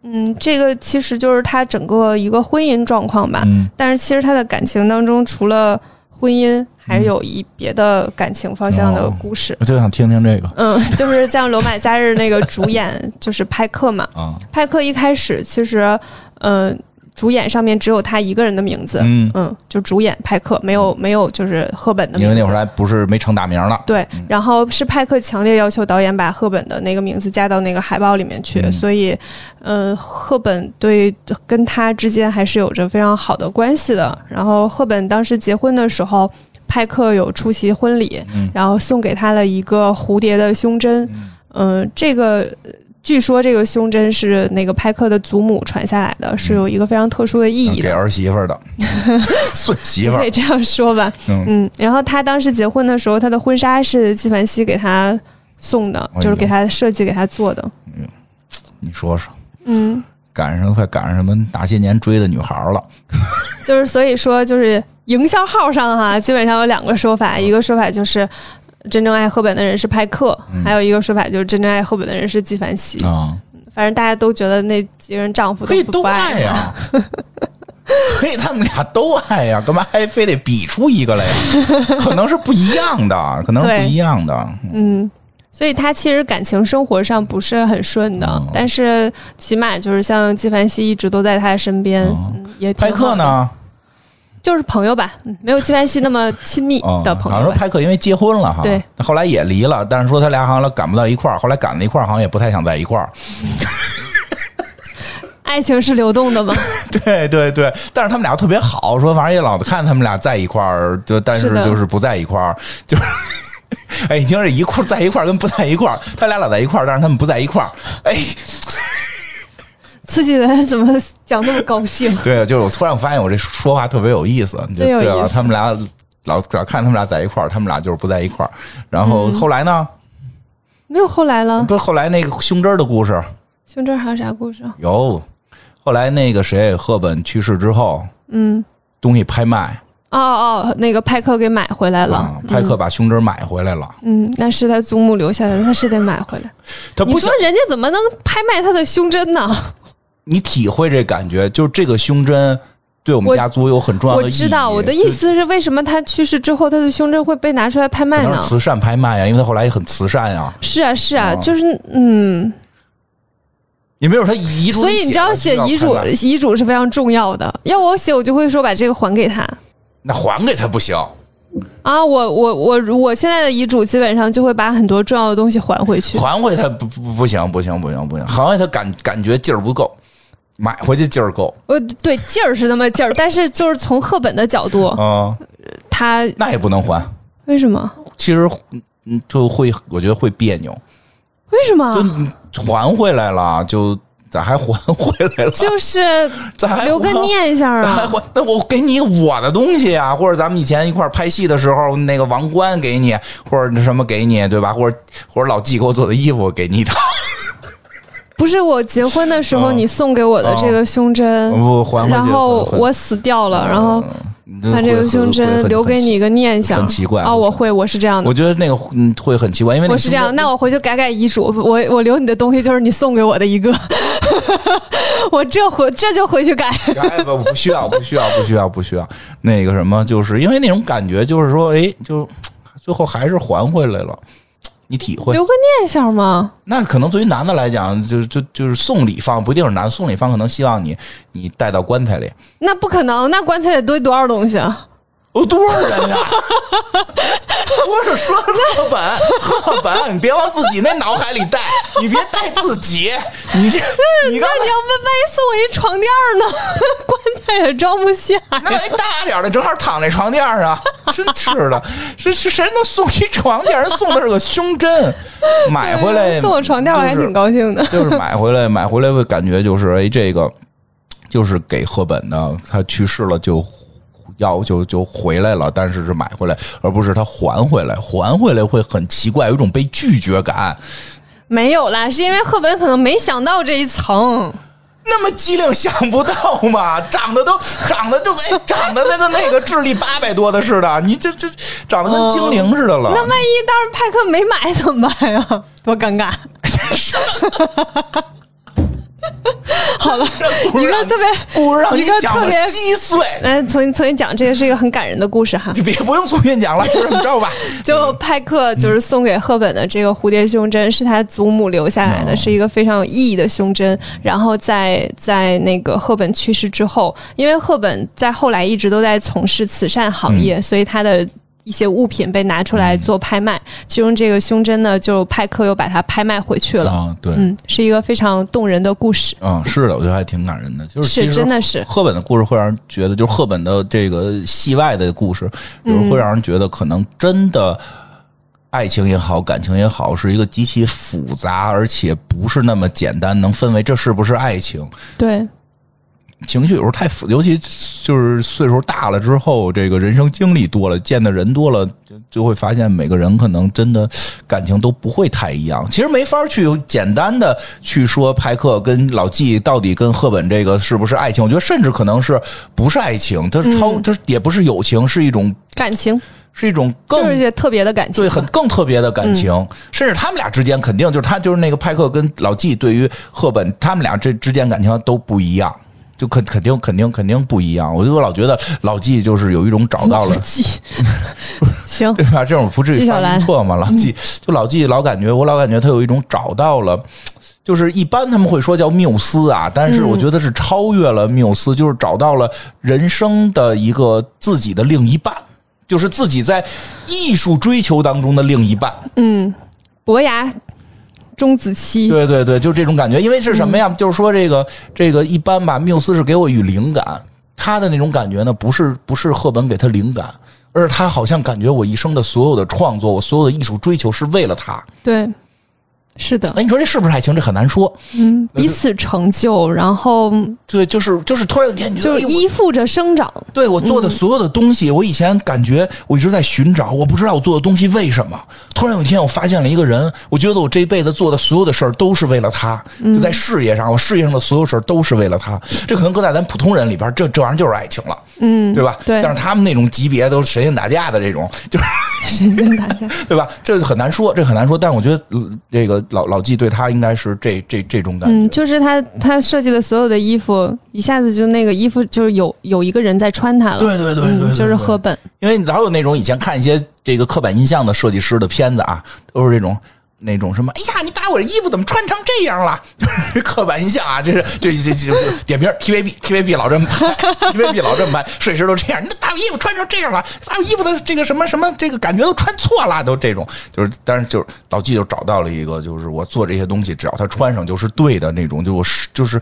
A: 嗯，这个其实就是她整个一个婚姻状况吧。
B: 嗯，
A: 但是其实他的感情当中，除了婚姻，还有一别的感情方向的故事。
B: 我就想听听这个
A: 嗯， 就是像《罗马假日》那个主演就是派克嘛，
B: 啊，
A: 派克一开始其实，呃，主演上面只有他一个人的名字，
B: 嗯，
A: 就主演派克，没有没有就是赫本的
B: 因
A: 名
B: 为
A: 字。
B: 那会儿还不是没成大名了，嗯
A: 对，然后是派克强烈要求导演把赫本的那个名字加到那个海报里面去，
B: 嗯
A: 所以，呃，赫本对跟他之间还是有着非常好的关系的。然后赫本当时结婚的时候，派克有出席婚礼，
B: 嗯
A: 然后送给她了一个蝴蝶的胸针，嗯、这个。据说这个胸针是那个派克的祖母传下来的，是
B: 嗯
A: 有一个非常特殊的意义
B: 给
A: 的。
B: 儿媳妇儿 的，孙媳妇
A: 可
B: 儿
A: 以，这样说吧。
B: 嗯
A: 嗯，然后他当时结婚的时候，他的婚纱是纪梵希给他送的，
B: 哎呦
A: 就是给他设计、给他做的。
B: 你说说。
A: 嗯，
B: 赶上快赶上什么大些年追的女孩了，
A: 就是所以说，就是营销号上 哈、基本上有两个说
B: 嗯
A: 法，一个说法就是。真正爱赫本的人是派克，还有一个说法就是真正爱赫本的人是纪梵希。
B: 嗯啊，
A: 反正大家都觉得那几个人丈夫
B: 可以
A: 都不
B: 都
A: 不
B: 爱呀、 可以他们俩都爱呀、干嘛还非 得比出一个来呀？可能是不一样的，可能是不一样的，
A: 嗯，所以他其实感情生活上不是很顺的，
B: 嗯
A: 但是起码就是像纪梵希一直都在他的身边，
B: 嗯
A: 嗯、也挺
B: 派
A: 好
B: 克
A: 的，
B: 呢？
A: 就是朋友吧，嗯没有纪梵希那么亲密
B: 嗯，
A: 的朋
B: 好像
A: 友
B: 说
A: 吧。
B: 派克因为结婚了哈，
A: 对，
B: 后来也离了，但是说他俩好像赶不到一块儿，后来赶到一块儿好像也不太想在一块儿。
A: 爱情是流动的嘛，
B: 对对对，但是他们俩特别好，说反正也老看他们俩在一块儿，就但是
A: 是的
B: 就是不在一块儿， 就是。哎，你听这一块儿在一块儿跟不在一块儿，他俩老在一块儿，但是他们不在一块儿。哎，
A: 自己人怎么讲那么高兴？
B: 对，就是我突然发现我这说话特别有意思，就
A: 真有
B: 对吧
A: 意？思
B: 他们俩老老看他们俩在一块儿，他们俩就是不在一块儿。然后
A: 嗯
B: 后来呢？
A: 没有后来了，
B: 不是后来那个胸针儿的故事
A: 胸针还有啥故事啊？
B: 有，后来那个谁赫本去世之后，
A: 嗯，
B: 东西拍卖
A: 哦哦，那个派克给买回来了，
B: 啊，派克把胸针儿买回来了，
A: 嗯，那是他祖母留下的，他是得买回来。
B: 他
A: 你
B: 不想
A: 说人家怎么能拍卖他的胸针呢？
B: 你体会这感觉，就是这个胸针对我们
A: 我
B: 家族有很重要的
A: 我
B: 意义。
A: 知道，我的意
B: 就是
A: 思是，为什么他去世之后，他的胸针会被拿出来拍
B: 可
A: 卖
B: 能
A: 呢
B: 是？慈善拍卖呀，因为他后来也很慈善呀，
A: 是啊，是啊，
B: 哦
A: 就是嗯，
B: 也没有他遗
A: 所
B: 嘱里的。
A: 以你知道写遗嘱
B: 要拍卖，
A: 遗嘱是非常重要的。要我写，我就会说把这个还给他
B: 那还给他不行。
A: 啊。我我我我现在的遗嘱基本上就会把很多重要的东西还回去。
B: 还回他不不不行不行不行不行，还回他感感觉劲儿不够，买回去劲儿够
A: 呃，对，劲儿是那么劲儿，但是就是从赫本的角度，
B: 啊、
A: 他
B: 那也不能还。
A: 为什么？
B: 其实嗯就会我觉得会别扭，
A: 为什
B: 就
A: 么？
B: 你还回来了就咋还还回来了？
A: 就是
B: 咋还
A: 留个
B: 还
A: 念想
B: 咱还
A: 啊。
B: 还那我给你我的东西啊，或者咱们以前一块儿拍戏的时候，那个王冠给你，或者什么给你，对吧？或者或者老纪给我做的衣服给你一套，
A: 不是我结婚的时候
B: 嗯
A: 你送给我的这个胸针，
B: 啊不还回去。
A: 然后我死掉了，然 后
B: 嗯
A: 哦把这个胸针留给你，一个念想，
B: 很奇怪
A: 啊、我会，我是这样
B: 我
A: 的，
B: 觉得那个嗯会很奇怪，因为那
A: 我
B: 个
A: 是
B: 胸
A: 这
B: 针
A: 样。那我回去改改遗嘱，我我留你的东西就是你送给我的一个， 我这回这就回去改。
B: 哎不不需要不需要不需要不需要那个什么，就是因为那种感觉，就是说哎，就最后还是还回来了，你体会
A: 留个念想嘛，
B: 那可能对于男的来讲，就就就是送礼方不一定是男，送礼方可能希望你你带到棺材里。
A: 那不可能，那棺材得堆多少东西啊？
B: 哦，多少人呀、我是说赫本，赫本，你别往自己那脑海里带，你别带自己，你这你刚
A: 那你
B: 才
A: 要万万一送我一床垫儿呢？ 棺材也装不下
B: 那
A: 呀。
B: 一大点儿的正好躺在床垫儿上，真是的，是是谁能送一床垫儿？人送的是个胸针，买回来
A: 啊送我床垫儿，我还
B: 就是
A: 挺高兴的。
B: 就是买回来，买回来会感觉就是哎，这个就是给赫本的，他去世了就要就就回来了，但是是买回来，而不是他还回来，还回来会很奇怪，有一种被拒绝感。
A: 没有啦，是因为赫本可能没想到这一
B: 啊
A: 层。
B: 那么机灵想不到嘛，长得都长得就哎，长得那个那个智力八百多的似的，你这这长得跟精灵似的了。
A: 哦那 万一当时派克没买怎么办呀？多尴尬！好了，
B: 故事
A: 一
B: 让
A: 个特别
B: 故事让你
A: 一个
B: 讲
A: 特
B: 的
A: 别
B: 稀碎，
A: 来重新重新讲，这个是一个很感人的故事哈。
B: 就别不用重新讲了，就这么着 吧。
A: 就派克就是
B: 嗯
A: 送给赫本的这个蝴蝶胸针，是他祖母留下来
B: 哦
A: 的，是一个非常有意义的胸针。然后在在那个赫本去世之后，因为赫本在后来一直都在从事慈善行
B: 嗯
A: 业，所以他的。一些物品被拿出来做拍卖，其中这个胸针呢，就派克又把它拍卖回去了。
B: 啊，对，
A: 嗯，是一个非常动人的故事，
B: 嗯，是的，我觉得还挺感人的，就是其
A: 是
B: 实
A: 真的是
B: 赫本的故事会让人觉得，就是赫本的这个戏外的故事，有时候
A: 嗯
B: 会让人觉得，可能真的爱情也好，感情也好，是一个极其复杂，而且不是那么简单能分为这是不是爱情。
A: 对，
B: 情绪有时候太复，尤其就是岁数大了之后，这个人生经历多了，见的人多了，就就会发现每个人可能真的感情都不会太一样。其实没法去简单的去说派克跟老纪到底跟赫本这个是不是爱情，我觉得甚至可能是不是爱情，它是
A: 嗯
B: 超，它是也不是友情，是一种
A: 感情
B: 是一种更
A: 就是一些特别的感情
B: 对，
A: 吧，
B: 很更特别的感情，
A: 嗯
B: 甚至他们俩之间肯定就是他就是那个派克跟老纪对于赫本他们俩这之间感情都不一样，就肯肯定肯定肯定不一样。我就老觉得老纪就是有一种找到 了。
A: 记 行，
B: 对吧？这种不至
A: 纪
B: 于
A: 晓岚嗯
B: 犯错嘛？老纪就老纪老感觉，我老感觉他有一种找到了。就是一般他们会说叫缪斯啊，但是
A: 嗯
B: 我觉得是超越了缪斯，就是找到了人生的一个自己的另一半，就是自己在艺术追求当中的另一半。
A: 伯牙、钟子期，
B: 对对对，就这种感觉。因为是什么呀？
A: 嗯
B: 就是说这个这个一般吧，缪斯是给我与灵感，他的那种感觉呢，不是不是赫本给他灵感，而是他好像感觉我一生的所有的创作，我所有的艺术追求是为了他。
A: 对，是的，
B: 哎，你说这是不是爱情？这很难说。
A: 嗯，彼此成就，然后
B: 对，就是就是突然有一天你觉
A: 就
B: 得，哎
A: 是
B: 我
A: 依附着生长，
B: 对我
A: 嗯
B: 做的所有的东西，我以前感觉我一直在寻找，我不知道我做的东西为什么。突然有一天，我发现了一个人，我觉得我这一辈子做的所有的事儿都是为了他，
A: 嗯
B: 就在事业上，我事业上的所有事儿都是为了他。这可能搁在咱普通人里边儿，这这玩意儿就是爱情了，
A: 嗯，
B: 对吧？
A: 对
B: 但是他们那种级别都是神仙打架的这种， 就是。
A: 神仙 打架，
B: 对吧？这很难说，这很难说。但我觉得呃这个老老纪对他应该是这这这种感觉。
A: 嗯，就是他他设计的所有的衣服，一下子就那个衣服就是有有一个人在穿它了，
B: 对对对对对
A: 嗯，就是
B: 对
A: 赫本，
B: 因为老有那种以前看一些这个刻板印象的设计师的片子啊，都是这种那种什么，哎呀，你把我的衣服怎么穿成这样了？ 就是刻板印象啊，这是这这这这点名 TVB TVB 老这么拍 ，TVB 老这么拍，设计师都这样，你把我衣服穿成这样了，把我衣服的这个什么什么这个感觉都穿错了，都这种就是，但是就是老纪就找到了一个，就是我做这些东西，只要他穿上就是对的那种，就我是就是。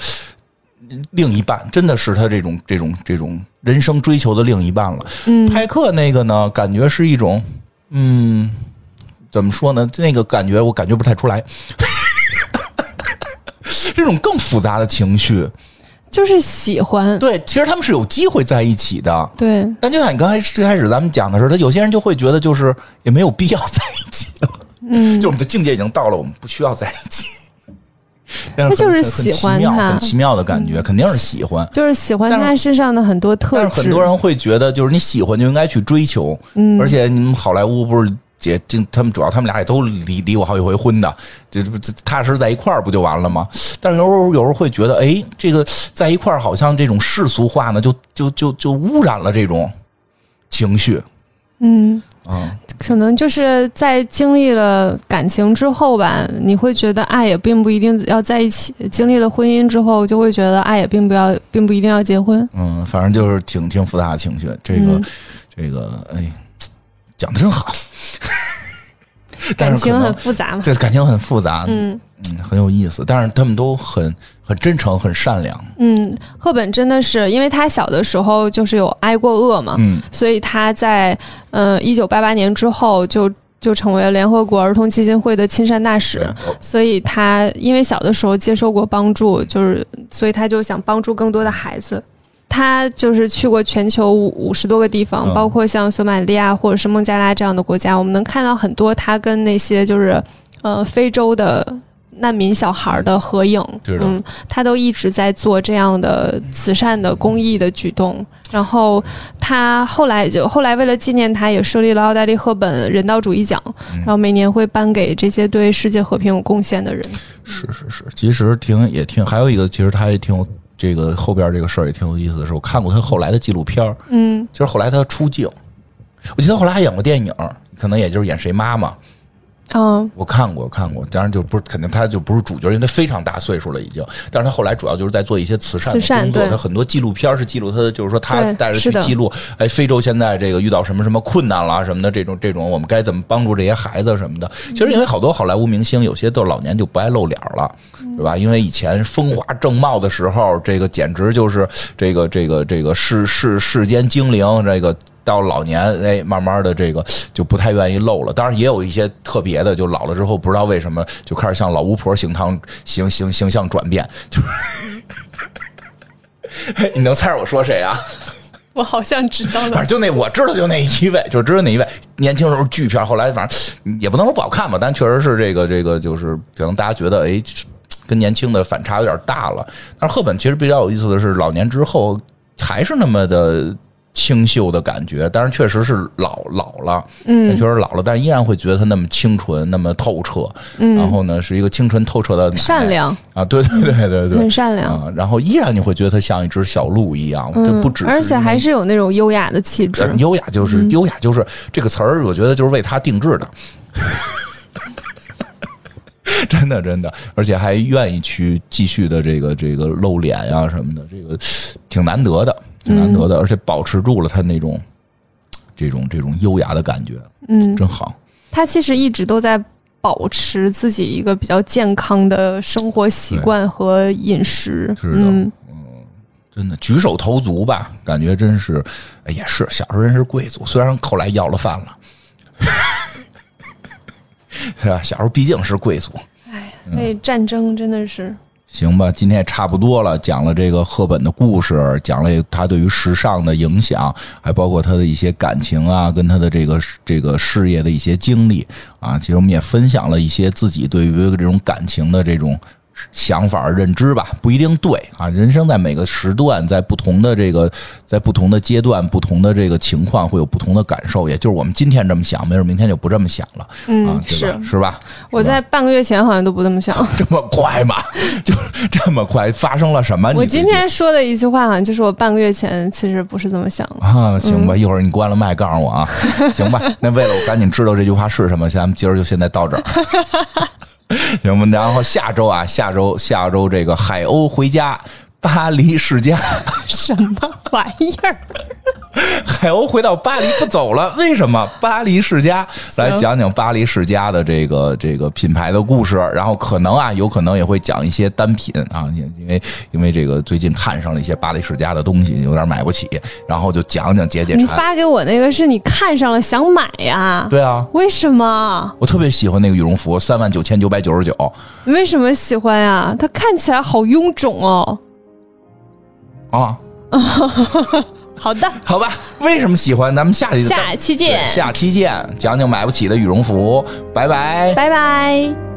B: 另一半真的是他这种这种这种人生追求的另一半了。
A: 嗯
B: 派克那个呢，感觉是一种，嗯，怎么说呢？那个感觉我感觉不太出来， 这种更复杂的情绪。
A: 就是喜欢，
B: 对，其实他们是有机会在一起的，
A: 对，
B: 但就像你刚才最开始咱们讲的时候，他有些人就会觉得就是也没有必要在一起了，
A: 嗯
B: 就，我们的境界已经到了，我们不需要在一起。那
A: 那就是喜欢他
B: 很奇妙的感觉，肯定是喜欢。
A: 就是喜欢
B: 但是
A: 他身上的很多特
B: 但
A: 质，
B: 是很多人会觉得，就是你喜欢就应该去追求，
A: 嗯
B: 而且你们好莱坞不是也进他们主要他们俩也都离离我好几回婚的，这这不这踏实在一块儿不就完了吗？但是有时候有时候会觉得，哎，这个在一块儿好像这种世俗化呢，就就就就污染了这种情绪
A: 嗯。
B: 啊、
A: 可能就是在经历了感情之后吧，你会觉得爱也并不一定要在一起；经历了婚姻之后，就会觉得爱也并不要，并不一定要结婚。
B: 嗯。反正就是挺挺复杂的情绪，这个、
A: 嗯
B: 这个，哎，讲的真好。但
A: 感
B: 是可
A: 情
B: 能
A: 很复杂嘛。
B: 这感情很复杂，
A: 嗯
B: 嗯，很有意思，但是他们都很很真诚，很善良，
A: 嗯，赫本真的是，因为他小的时候就是有挨过饿嘛，
B: 嗯
A: 所以他在呃一九八八年之后就就成为了联合国儿童基金会的亲善大使。
B: 哦
A: 所以他因为小的时候接受过帮助，就是所以他就想帮助更多的孩子。他就是去过全球五五十多个地方，
B: 嗯
A: 包括像索马利亚或者是孟加拉这样的国家，我们能看到很多他跟那些就是呃非洲的难民小孩的合影。
B: 知道
A: 嗯，他都一直在做这样的慈善的公益的举动。然后他后来就后来为了纪念他，也设立了奥黛丽·赫本人道主义奖，
B: 嗯
A: 然后每年会颁给这些对世界和平有贡献的人。
B: 是是是，其实挺也挺，还有一个其实他也挺有这个后边这个事儿也挺有意思的是，我看过他后来的纪录片儿，
A: 嗯
B: 就是后来他出镜，我记得后来还演过电影，可能也就是演谁妈妈，
A: 嗯
B: 我看过看过，当然就不是肯定他就不是主角，因为他非常大岁数了已经，但是他后来主要就是在做一些慈善的
A: 慈善
B: 工作，
A: 对
B: 他很多纪录片是记录他的，就是说他
A: 对
B: 带着
A: 是
B: 去
A: 的
B: 记录，哎，非洲现在这个遇到什么什么困难啦什么的这种这种，我们该怎么帮助这些孩子什么的。其实因为好多好莱坞明星有些到老年就不爱露脸了，对吧？因为以前风华正茂的时候，这个简直就是这个这个这个世世世间精灵这个。到老年，哎，慢慢的这个就不太愿意露了。当然，也有一些特别的，就老了之后不知道为什么就开始向老巫婆形象形形形象转变，就是。 你能猜着我说谁啊？
A: 我好像知道
B: 反正。就那我知道就那一位，就知道那一位年轻时候巨漂亮，后来反正也不能说不好看吧，但确实是这个这个就是可能大家觉得哎，跟年轻的反差有点大了。但是赫本其实比较有意思的是，老年之后还是那么的清秀的感觉，当然确实是老老了，也
A: 嗯
B: 确实老了，但依然会觉得她那么清纯，那么透彻。然
A: 嗯，
B: 后呢，是一个清纯透彻的奶奶
A: 善良，
B: 啊，对对对对对
A: 很，善良，
B: 啊，然后依然你会觉得她像一只小鹿一样，
A: 嗯
B: 这不只是
A: 而且还是有那种优雅的气质
B: 呃。优雅，就是优雅，就是这个词儿，我觉得就是为她定制的。 真的，真的，而且还愿意去继续的这个这个露脸呀、什么的，这个挺难得的，挺难得的，而且保持住了她那种这种这种优雅的感觉，
A: 嗯，
B: 真好。
A: 他其实一直都在保持自己一个比较健康的生活习惯和饮食。
B: 是的，
A: 嗯
B: 嗯，真的举手投足吧，感觉真是，哎也是小时候人是贵族，虽然后来要了饭了， 是吧？小时候毕竟是贵族。嗯
A: 所以战争真的是，
B: 行吧，今天也差不多了，讲了这个赫本的故事，讲了他对于时尚的影响，还包括他的一些感情啊，跟他的这个这个事业的一些经历啊。其实我们也分享了一些自己对于这种感情的这种想法、认知吧，不一定对啊。人生在每个时段，在不同的这个在不同的阶段、不同的这个情况，会有不同的感受。也就是我们今天这么想，没准明天就不这么想了啊
A: 嗯，，
B: 对
A: 是
B: 吧？是吧？
A: 我在半个月前好像都不这么 想。
B: 这么快吗？ 就这么快发生了什么？你
A: 我
B: 这
A: 今天说的一句话，好像就是我半个月前其实不是这么想 的。
B: 啊，行
A: 嗯
B: 吧，一会儿你关了麦告诉 我啊，行吧。那为了我赶紧知道这句话是什么，咱们今儿就现在到这儿。 行吧，然后下周啊，下周下周这个海鸥回家，巴黎世家，
A: 什么玩意 儿？
B: 海鸥回到巴黎不走了，为什么？巴黎世家来
A: 行
B: 讲讲巴黎世家的这个这个品牌的故事，然后可能啊，有可能也会讲一些单品啊，因因为因为这个最近看上了一些巴黎世家的东西，有点买不起，然后就讲讲解解
A: 你
B: 馋。
A: 发给我那个是你看上了想买呀？
B: 对啊，
A: 为什么？
B: 我特别喜欢那个羽绒服，三万九千九百九十九。
A: 你为什么喜欢呀？它看起来好臃肿哦。
B: 啊，
A: 好的，
B: 好吧，为什么喜欢？咱们下期
A: 下期
B: 对
A: 见，
B: 下期见，讲讲买不起的羽绒服，拜拜。
A: 拜拜。